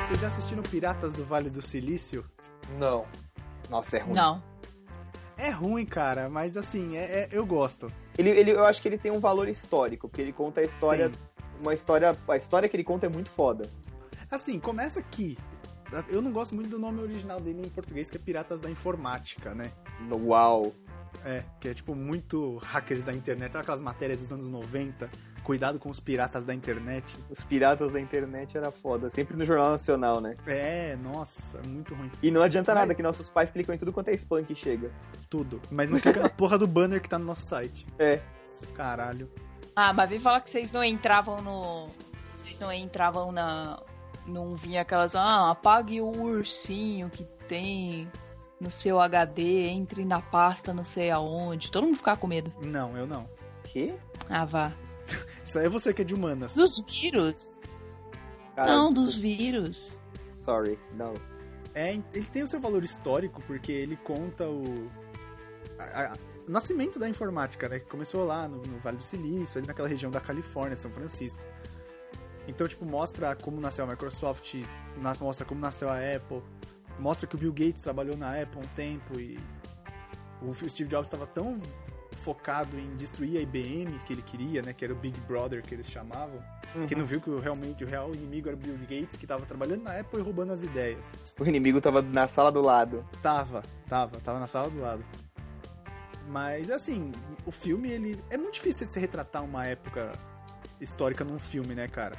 S2: Vocês já assistiram Piratas do Vale do Silício?
S1: Não.
S4: Nossa, é ruim.
S3: Não.
S2: É ruim, cara, mas assim, é, é- eu gosto.
S4: Ele, ele, eu acho que ele tem um valor histórico, porque ele conta a história.
S2: Tem.
S4: Uma história. A história que ele conta é muito foda.
S2: Assim, começa aqui. Eu não gosto muito do nome original dele em português, que é Piratas da Informática, né?
S4: Uau!
S2: É, que é tipo muito hackers da internet. Sabe aquelas matérias dos anos 90? Cuidado com os piratas da internet.
S4: Os piratas da internet era foda. Sempre no Jornal Nacional, né?
S2: É, nossa, muito ruim.
S4: E não adianta
S2: Mas-
S4: nada que nossos pais clicam em tudo quanto é spam que chega.
S2: Tudo. Mas não clica na porra do banner que tá no nosso site.
S4: É.
S2: Caralho.
S3: Ah, mas vem falar que vocês não entravam no. Vocês não entravam na. Não vinha aquelas. Ah, apague o ursinho que tem no seu HD, entre na pasta não sei aonde. Todo mundo ficava com medo.
S2: Não, eu não.
S4: Que?
S3: Ah, vá.
S2: Isso aí é você que é de humanas.
S3: Dos vírus?
S4: Cara,
S3: não, dos vírus.
S4: Sorry, não.
S2: É, ele tem o seu valor histórico porque ele conta o, a- a- o nascimento da informática, né? Que começou lá no, no Vale do Silício, ali naquela região da Califórnia, São Francisco. Então, tipo, mostra como nasceu a Microsoft, nas- mostra como nasceu a Apple, mostra que o Bill Gates trabalhou na Apple um tempo e o Steve Jobs estava tão focado em destruir a IBM que ele queria, né? Que era o Big Brother que eles chamavam. Que não viu que o- realmente o real inimigo era o Bill Gates, que estava trabalhando na Apple e roubando as ideias.
S4: O inimigo tava na sala do lado.
S2: Tava, tava, tava na sala do lado. Mas assim, o filme ele é muito difícil de se retratar uma época histórica num filme, né, cara?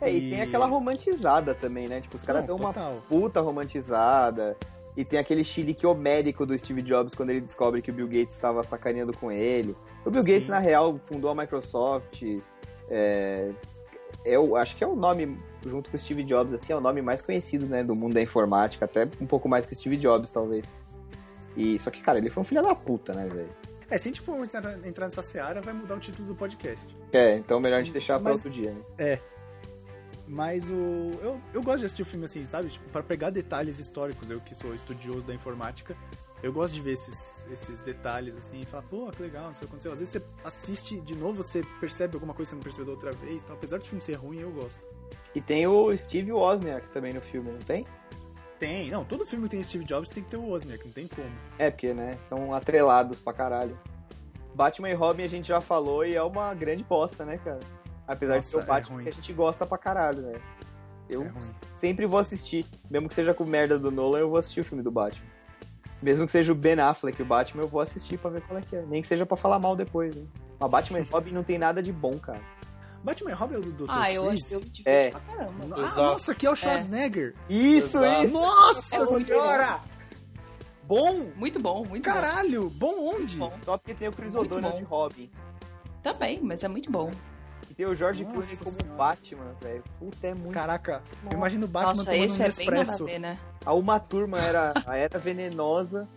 S4: É, e,
S2: E-
S4: tem aquela romantizada também, né? Tipo, os caras
S2: Não,
S4: dão uma
S2: total.
S4: puta romantizada. E tem aquele chilique homérico do Steve Jobs quando ele descobre que o Bill Gates estava sacaneando com ele. O Bill
S2: Sim.
S4: Gates, na real, fundou a Microsoft. É, eu acho que é o nome, junto com o Steve Jobs, assim, é o nome mais conhecido, né, do mundo da informática. Até um pouco mais que o Steve Jobs, talvez. E, só que, cara, ele foi um filho da puta, né, velho?
S2: É, se a gente for entrar- entrar nessa seara, vai mudar o título do podcast.
S4: É, então melhor a gente deixar pra
S2: Hum, Mas-
S4: outro dia, né?
S2: Mas o. Eu, eu gosto de assistir o filme assim, sabe? Tipo, pra pegar detalhes históricos, eu que sou estudioso da informática, eu gosto de ver esses, esses detalhes assim e falar, pô, que legal, não sei o que aconteceu. Às vezes você assiste de novo, você percebe alguma coisa que você não percebeu da outra vez. Então, apesar do filme ser ruim, eu gosto.
S4: E tem o Steve Wozniak também no filme, não tem?
S2: Tem, não, todo filme que tem Steve Jobs tem que ter o Wozniak, não tem como.
S4: É, porque, né? São atrelados pra caralho. Batman e Robin a gente já falou e é uma grande bosta, né, cara? Apesar de ser
S2: Nossa,
S4: o
S2: é
S4: Batman
S2: ruim.
S4: que a gente gosta pra caralho, né? Eu
S2: É ruim.
S4: sempre vou assistir. Mesmo que seja com merda do Nolan, eu vou assistir o filme do Batman. Mesmo que seja o Ben Affleck o Batman, eu vou assistir pra ver qual é que é. Nem que seja pra falar mal depois, né? Mas Batman e Robin não tem nada de bom, cara.
S2: Batman e Robin é o do Dr.
S3: Ah, eu acho
S2: Freeze?
S3: que eu me diverti
S4: É.
S3: pra caramba.
S2: Ah,
S1: Exato.
S2: nossa, aqui é o Schwarzenegger.
S4: Isso,
S1: Exato.
S4: isso!
S2: Nossa
S3: É muito
S2: senhora!
S4: Bom!
S3: Muito bom, muito
S2: Caralho, bom onde?
S3: bom. Muito
S4: Só porque tem o Chris
S3: Muito
S4: O'Donnell
S3: bom.
S4: de Robin.
S3: bom. Também, mas é muito bom.
S4: E tem o George
S2: Nossa
S4: Clooney como
S2: Senhora.
S4: Batman, velho. Puta, é muito
S2: Caraca, eu imagino o Batman
S3: Nossa,
S2: tomando
S3: esse
S2: um
S3: é bem nada
S2: Nespresso.
S3: a ver, né?
S4: A Uma Turma era a Era Venenosa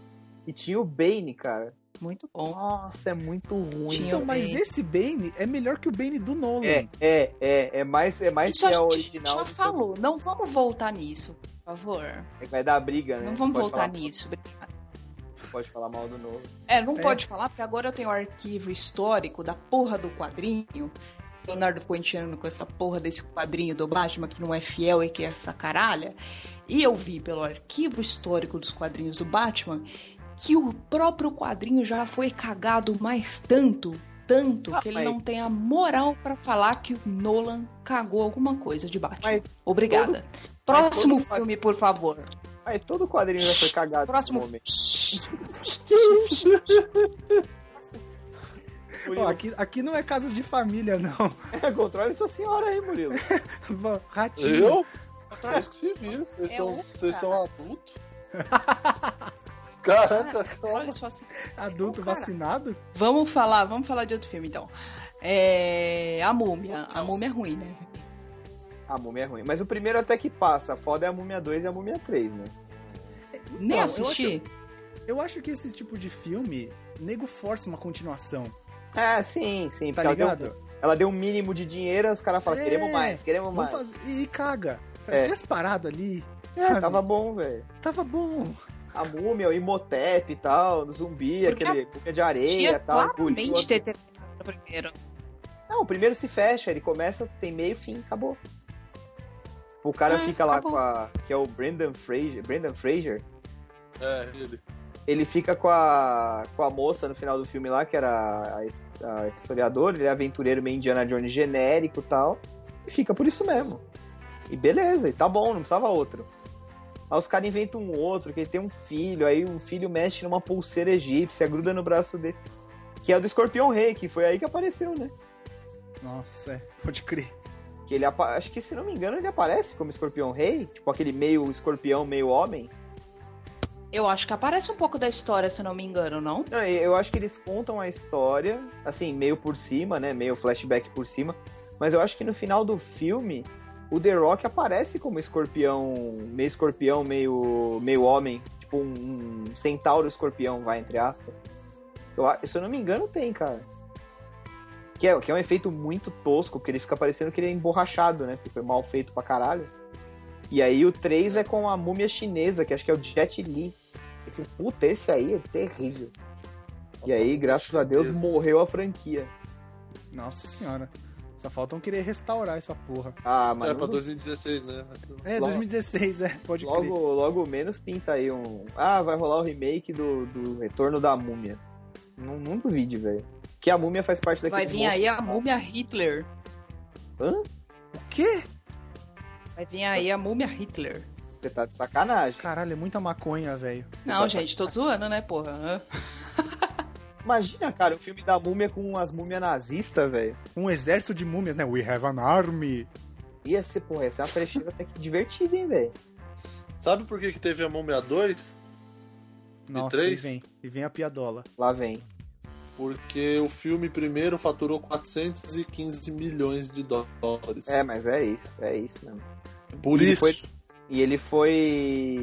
S4: e tinha o Bane, cara.
S3: Muito bom.
S4: Nossa, é muito ruim.
S3: Tinha
S2: então,
S3: o
S2: mas
S3: Bane.
S2: esse Bane é melhor que o Bane do Nolan.
S4: É, é, é, é mais, é mais
S3: Isso a
S4: que a
S3: gente
S4: original.
S3: já
S4: do que-
S3: falou. Não vamos voltar nisso, por favor.
S4: É que vai dar briga, né?
S3: Não vamos
S4: Pode
S3: voltar
S4: falar-
S3: nisso. obrigada.
S4: Pode falar mal do novo.
S3: É, não
S2: É.
S3: pode falar, porque agora eu tenho o arquivo histórico da porra do quadrinho. Leonardo ficou enchendo com essa porra desse quadrinho do Batman que não é fiel e que é essa caralha. E eu vi pelo arquivo histórico dos quadrinhos do Batman que o próprio quadrinho já foi cagado mais tanto, tanto,
S4: Ah,
S3: que ele
S4: mas-
S3: não tem a moral pra falar que o Nolan cagou alguma coisa de Batman.
S4: Mas
S3: Obrigada. Próximo
S4: todo-
S3: filme, por favor.
S4: Aí todo quadrinho já foi cagado.
S3: Próximo
S4: homem.
S2: Ó,
S4: Murilo,
S2: aqui, aqui não é casa de família, não.
S4: controle sua senhora aí, Murilo.
S2: Vó, Ratinho.
S1: Eu? Atrás Tá, que se vira, vocês
S3: É
S1: são,
S3: um
S1: vocês
S3: cara.
S1: são adultos. Caraca,
S3: Olha
S1: calma.
S3: só assim.
S2: Adulto
S3: Ô, cara.
S2: vacinado?
S3: Vamos falar, vamos falar de outro filme então. É... A Múmia. A
S1: Nossa.
S3: Múmia é ruim, né?
S4: A múmia é ruim. Mas o primeiro até que passa. Foda é a múmia 2 e a múmia 3, né?
S3: Nem
S2: eu
S3: assisti.
S2: Eu acho que esse tipo de filme, nego força uma continuação,
S4: É, sim, sim.
S2: tá
S4: porque ela deu-
S2: ligado?
S4: Ela deu um mínimo de dinheiro, os caras falam,
S2: É,
S4: queremos mais, queremos
S2: Vamos
S4: mais.
S2: fazer... E, e caga.
S4: É.
S2: Se tivesse parado ali,
S4: É,
S2: sabe?
S4: tava bom, velho.
S2: Tava bom.
S4: A múmia, o imotep e tal, o zumbi,
S3: Porque
S4: aquele múmia de areia
S3: Tinha
S4: e tal. o
S3: claramente
S4: Goliath.
S3: ter terminado primeiro.
S4: Não, o primeiro se fecha, ele começa, tem meio, fim, acabou. O cara
S3: É,
S4: fica lá
S3: acabou.
S4: com a. Que é o Brendan Fraser. Brendan Fraser.
S1: É, ele.
S4: Ele fica com a. com a moça no final do filme lá, que era a, his- a historiadora, ele é aventureiro meio Indiana Jones genérico e tal. E fica por isso mesmo. E beleza, e tá bom, não precisava outro. Aí os caras inventam um outro, que ele tem um filho, aí o filho mexe numa pulseira egípcia, gruda no braço dele. Que é o do Escorpião Rei, que foi aí que apareceu, né?
S2: Nossa, é. Pode crer.
S4: Que ele apa- acho que se não me engano ele aparece como escorpião rei, tipo aquele meio escorpião, meio homem.
S3: Eu acho que aparece um pouco da história, se eu não me engano, não?
S4: Não, e- Eu acho que eles contam a história, assim, meio por cima, né? Meio flashback por cima. Mas eu acho que no final do filme, o The Rock aparece como escorpião, meio escorpião, meio, meio homem. Tipo um, um centauro escorpião, vai, entre aspas. Eu, a- se eu não me engano, tem, cara. Que é, que é um efeito muito tosco, porque ele fica parecendo que ele é emborrachado, né? Porque foi mal feito pra caralho. E aí o 3 é com a múmia chinesa, que acho que é o Jet Li. Puta, esse aí é terrível. E aí,
S1: É
S4: graças a Deus, morreu a franquia.
S2: Nossa senhora. Só faltam querer restaurar essa porra.
S4: Ah, mas
S1: É pra
S4: não-
S1: 2016, né? Assim,
S2: É,
S4: Logo-
S2: 2016, é. Pode
S4: logo,
S2: crer.
S4: logo menos pinta aí um. Ah, vai rolar o remake do, do Retorno da Múmia. Não, não duvide, velho. Que a múmia faz parte daquele.
S3: Vai vir aí a Múmia Hitler.
S2: O quê?
S3: Vai vir aí a Múmia Hitler.
S4: Você tá de sacanagem.
S2: Caralho, é muita maconha, velho.
S3: Não, gente, tô zoando, né, porra? Hã?
S4: Imagina, cara, o filme da múmia com as múmias nazistas, velho.
S2: Um exército de múmias, né? We have an army.
S4: Ia ser, porra, ia ser uma trecheira até que divertida, hein, velho.
S1: Sabe por que, que teve a Múmia 2?
S2: Nossa, e
S1: três?
S2: vem. E vem a piadola.
S4: Lá vem.
S1: Porque o filme primeiro faturou 415 milhões de dólares.
S4: É, mas é isso, é isso mesmo.
S1: Por
S4: ele
S1: isso.
S4: foi- E ele foi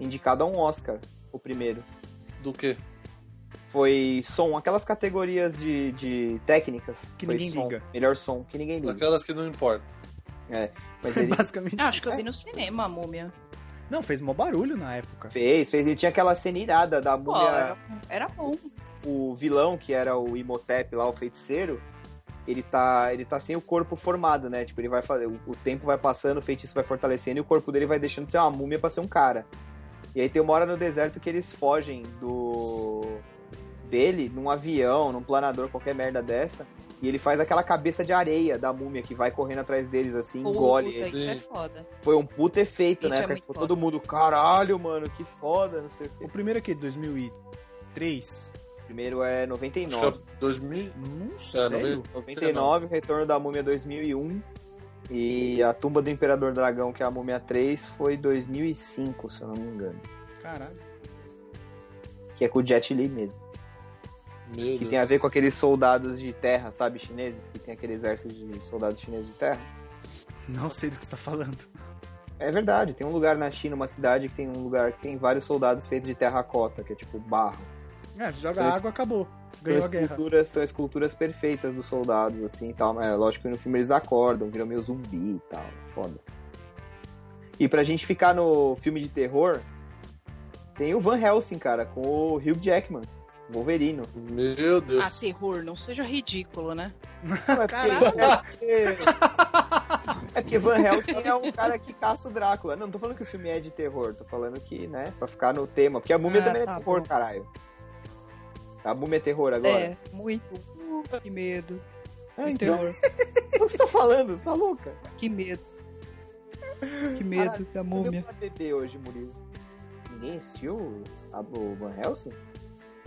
S4: indicado a um Oscar, o primeiro.
S1: Do quê?
S4: foi som, aquelas categorias de, de técnicas.
S2: Que
S4: Foi
S2: ninguém
S4: som,
S2: liga.
S4: Melhor som, que ninguém liga.
S1: Aquelas que não importam.
S4: Mas ele
S2: Basicamente.
S3: Eu Ah, acho que eu vi no cinema a Múmia.
S2: Não, fez mó barulho na época.
S4: fez, fez. E tinha aquela cena irada da
S3: Pô,
S4: múmia,
S3: era, era bom.
S4: o vilão, que era o Imhotep lá, o feiticeiro. Ele tá, ele tá sem o corpo formado, né? Tipo, ele vai fazer. O, o tempo vai passando, o feitiço vai fortalecendo e o corpo dele vai deixando de ser uma múmia pra ser um cara. E aí tem uma hora no deserto que eles fogem do. dele, num avião, num planador, qualquer merda dessa. E ele faz aquela cabeça de areia da múmia que vai correndo atrás deles, assim, engole.
S3: Puta,
S1: esse.
S3: isso é foda.
S4: Foi um puto efeito,
S3: Isso é
S4: né? cara?
S3: muito
S4: Ficou
S3: foda.
S4: todo mundo, caralho, mano, que foda, não sei o
S2: O
S4: quê.
S2: primeiro é que 2003?
S4: O primeiro é
S1: Acho
S4: 99.
S1: que é 2000.
S2: Não
S1: É,
S2: sei.
S4: 99, Retorno da Múmia 2001. E a Tumba do Imperador Dragão, que é a Múmia 3, foi 2005, se eu não me engano.
S2: Caralho.
S4: Que é com o Jet Li mesmo.
S1: Meu
S4: Que
S1: Deus.
S4: tem a ver com aqueles soldados de terra, sabe, chineses? Que tem aquele exército de soldados chineses de terra.
S2: Não sei do que você tá falando.
S4: É verdade, tem um lugar na China, uma cidade que tem um lugar que tem vários soldados feitos de terracota, que é tipo barro.
S2: É, você joga
S4: Três-
S2: água, acabou. Você
S4: São
S2: ganhou a guerra.
S4: esculturas, são esculturas perfeitas dos soldados, assim e tal. Mas, lógico que no filme eles acordam, viram meio zumbi e tal. Foda. E pra gente ficar no filme de terror, tem o Van Helsing, cara, com o Hugh Jackman. Wolverino.
S1: Meu Deus.
S3: Ah, terror, não seja ridículo, né?
S4: Não, é porque- é porque- É porque Van Helsing é um cara que caça o Drácula. Não, não tô falando que o filme é de terror, tô falando que, né, pra ficar no tema. Porque a múmia
S3: Ah,
S4: também
S3: tá
S4: é terror,
S3: bom.
S4: caralho. A múmia é terror agora?
S3: É, muito. Uh, que medo.
S4: Ah,
S3: que
S4: então,
S3: terror.
S4: o que você tá falando? Você tá louca?
S3: Que medo. Que medo
S4: Caralho,
S3: da
S4: Você deu
S3: múmia.
S4: pra beber hoje, Murilo? Ninguém assistiu a- o Van Helsing?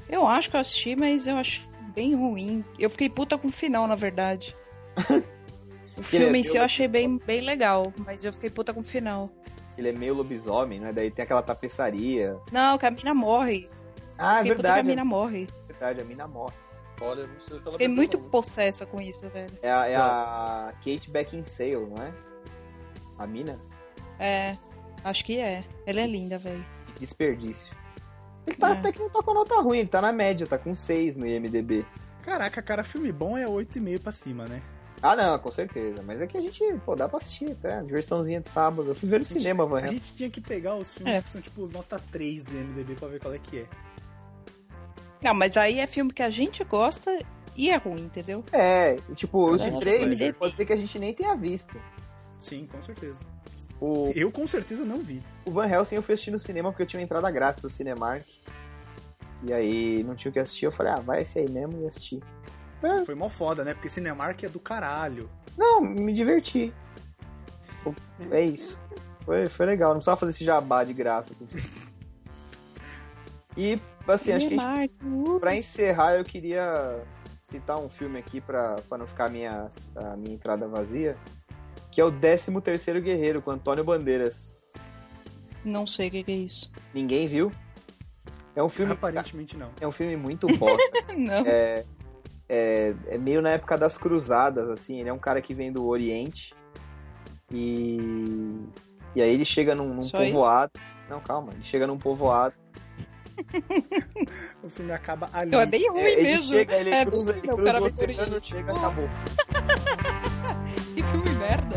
S3: Eu acho que eu assisti, mas eu acho bem ruim. Eu fiquei puta com o final, na verdade. O filme em si eu achei bem, bem legal, mas eu fiquei puta com o final.
S4: Ele é meio lobisomem, né? Daí tem aquela tapeçaria.
S3: Não, que a mina morre.
S4: Ah, é
S3: fiquei puta que a
S4: verdade.
S3: mina morre.
S4: É verdade, a mina morre.
S1: Olha, não sei o que ela
S3: Fiquei
S1: bebeu,
S3: muito
S1: não.
S3: possessa com isso, velho.
S4: É, a- é a Kate Beckinsale, não é? A mina?
S3: É, acho que é. Ela é linda, velho.
S4: Que desperdício. Ele tá,
S3: É.
S4: até que não tá com nota ruim, ele tá na média, tá com 6 no IMDB.
S2: Caraca, cara, filme bom é 8,5 pra cima, né?
S4: Ah, não, com certeza. Mas é que a gente, pô, dá pra assistir até. Diversãozinha de sábado. Eu fui ver no
S2: Gente,
S4: cinema,
S2: A
S4: mano.
S2: gente tinha que pegar os filmes
S3: É.
S2: que são tipo nota 3 do MDB pra ver qual é que é.
S3: Não, mas aí é filme que a gente gosta e é ruim, entendeu?
S4: É, tipo, os
S1: É,
S4: de
S3: IMDb.
S4: 3 pode ser que a gente nem tenha visto.
S2: Sim, com certeza.
S4: O,
S2: Eu com certeza não vi.
S4: o Van Helsing eu fui assistir no cinema porque eu tinha uma entrada grátis do Cinemark. E aí não tinha o que assistir, eu falei, ah, vai esse aí mesmo e assisti.
S3: Ah.
S2: Foi mó foda, né? Porque Cinemark é do caralho.
S4: Não, me diverti. É isso. Foi, foi legal, não precisava fazer esse jabá de graça. Assim. E, assim, acho que a gente
S3: Remarque, uh.
S4: Pra encerrar, eu queria citar um filme aqui pra, pra não ficar a minha, a minha entrada vazia, que é o 13º Guerreiro, com Antônio Bandeiras.
S3: Não sei o que que é isso.
S4: Ninguém viu? É um filme,
S2: Aparentemente não.
S4: é um filme muito bosta.
S3: Não.
S4: é, é meio na época das cruzadas, assim. Ele é um cara que vem do Oriente e... E aí ele chega num, num
S3: Só isso?
S4: povoado... Não, calma. Ele chega num povoado
S2: O filme acaba ali.
S3: Então é bem ruim
S4: É, ele
S3: mesmo.
S4: chega, ele
S3: É,
S4: cruza, ele
S3: não, o
S4: cruza
S3: cara
S4: o
S3: vai pro
S4: oceano,
S3: Oriente.
S4: chega,
S3: Pô.
S4: acabou.
S3: Que filme merda.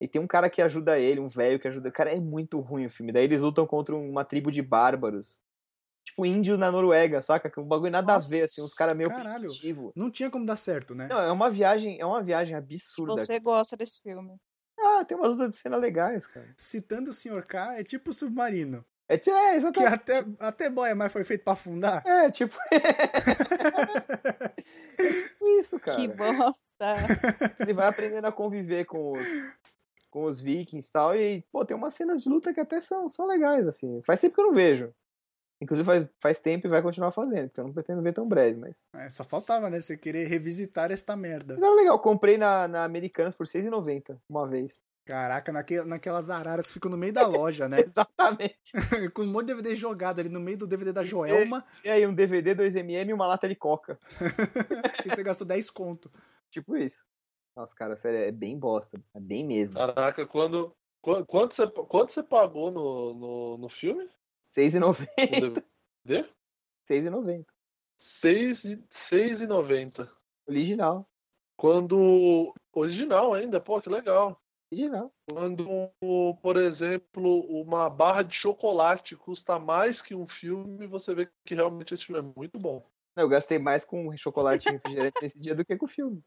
S4: E tem um cara que ajuda ele, um velho que ajuda. Cara, é muito ruim o filme. Daí eles lutam contra uma tribo de bárbaros. Tipo, índio na Noruega, saca? Que é um bagulho nada
S2: Nossa,
S4: a ver, assim, uns caras meio
S2: caralho.
S4: primitivo.
S2: Não tinha como dar certo, né?
S4: Não, é uma viagem, é uma viagem absurda.
S3: Você gosta desse filme.
S4: Ah, tem umas lutas de cena legais, cara.
S2: Citando o Sr. K, é tipo submarino.
S4: É, ti- é
S3: Então,
S2: Que
S4: exatamente.
S2: até, até boia, mas foi feito pra afundar.
S4: É, tipo. É tipo isso, cara.
S3: Que bosta.
S4: Ele vai aprendendo a conviver com os, com os vikings e tal. E, pô, tem umas cenas de luta que até são, são legais, assim. Faz tempo que eu não vejo. Inclusive faz, faz tempo e vai continuar fazendo, porque eu não pretendo ver tão breve, mas.
S2: É, só faltava, né? Você querer revisitar esta merda.
S4: Mas era legal, comprei na, na Americanas por R$6,90 uma vez.
S2: Caraca, naque- naquelas araras que ficam no meio da loja, né?
S4: Exatamente.
S2: Com um monte de DVD jogado ali no meio do DVD da Joelma.
S4: E aí, um DVD, 2mm e uma lata de coca.
S2: e você gastou 10 conto.
S4: Tipo isso. Nossa, cara, sério, é bem bosta. É bem mesmo.
S1: Caraca, quando. qu- Quanto você, quanto você pagou no, no, no filme?
S4: R$6,90.
S1: No DVD?
S4: R$6,90.
S1: 6 e- 6,90.
S4: Original.
S1: Quando. Original ainda, pô, que legal.
S4: Original.
S1: Quando, por exemplo, uma barra de chocolate custa mais que um filme, você vê que realmente esse filme é muito bom.
S4: Não, Eu gastei mais com chocolate e refrigerante nesse dia do que com o filme.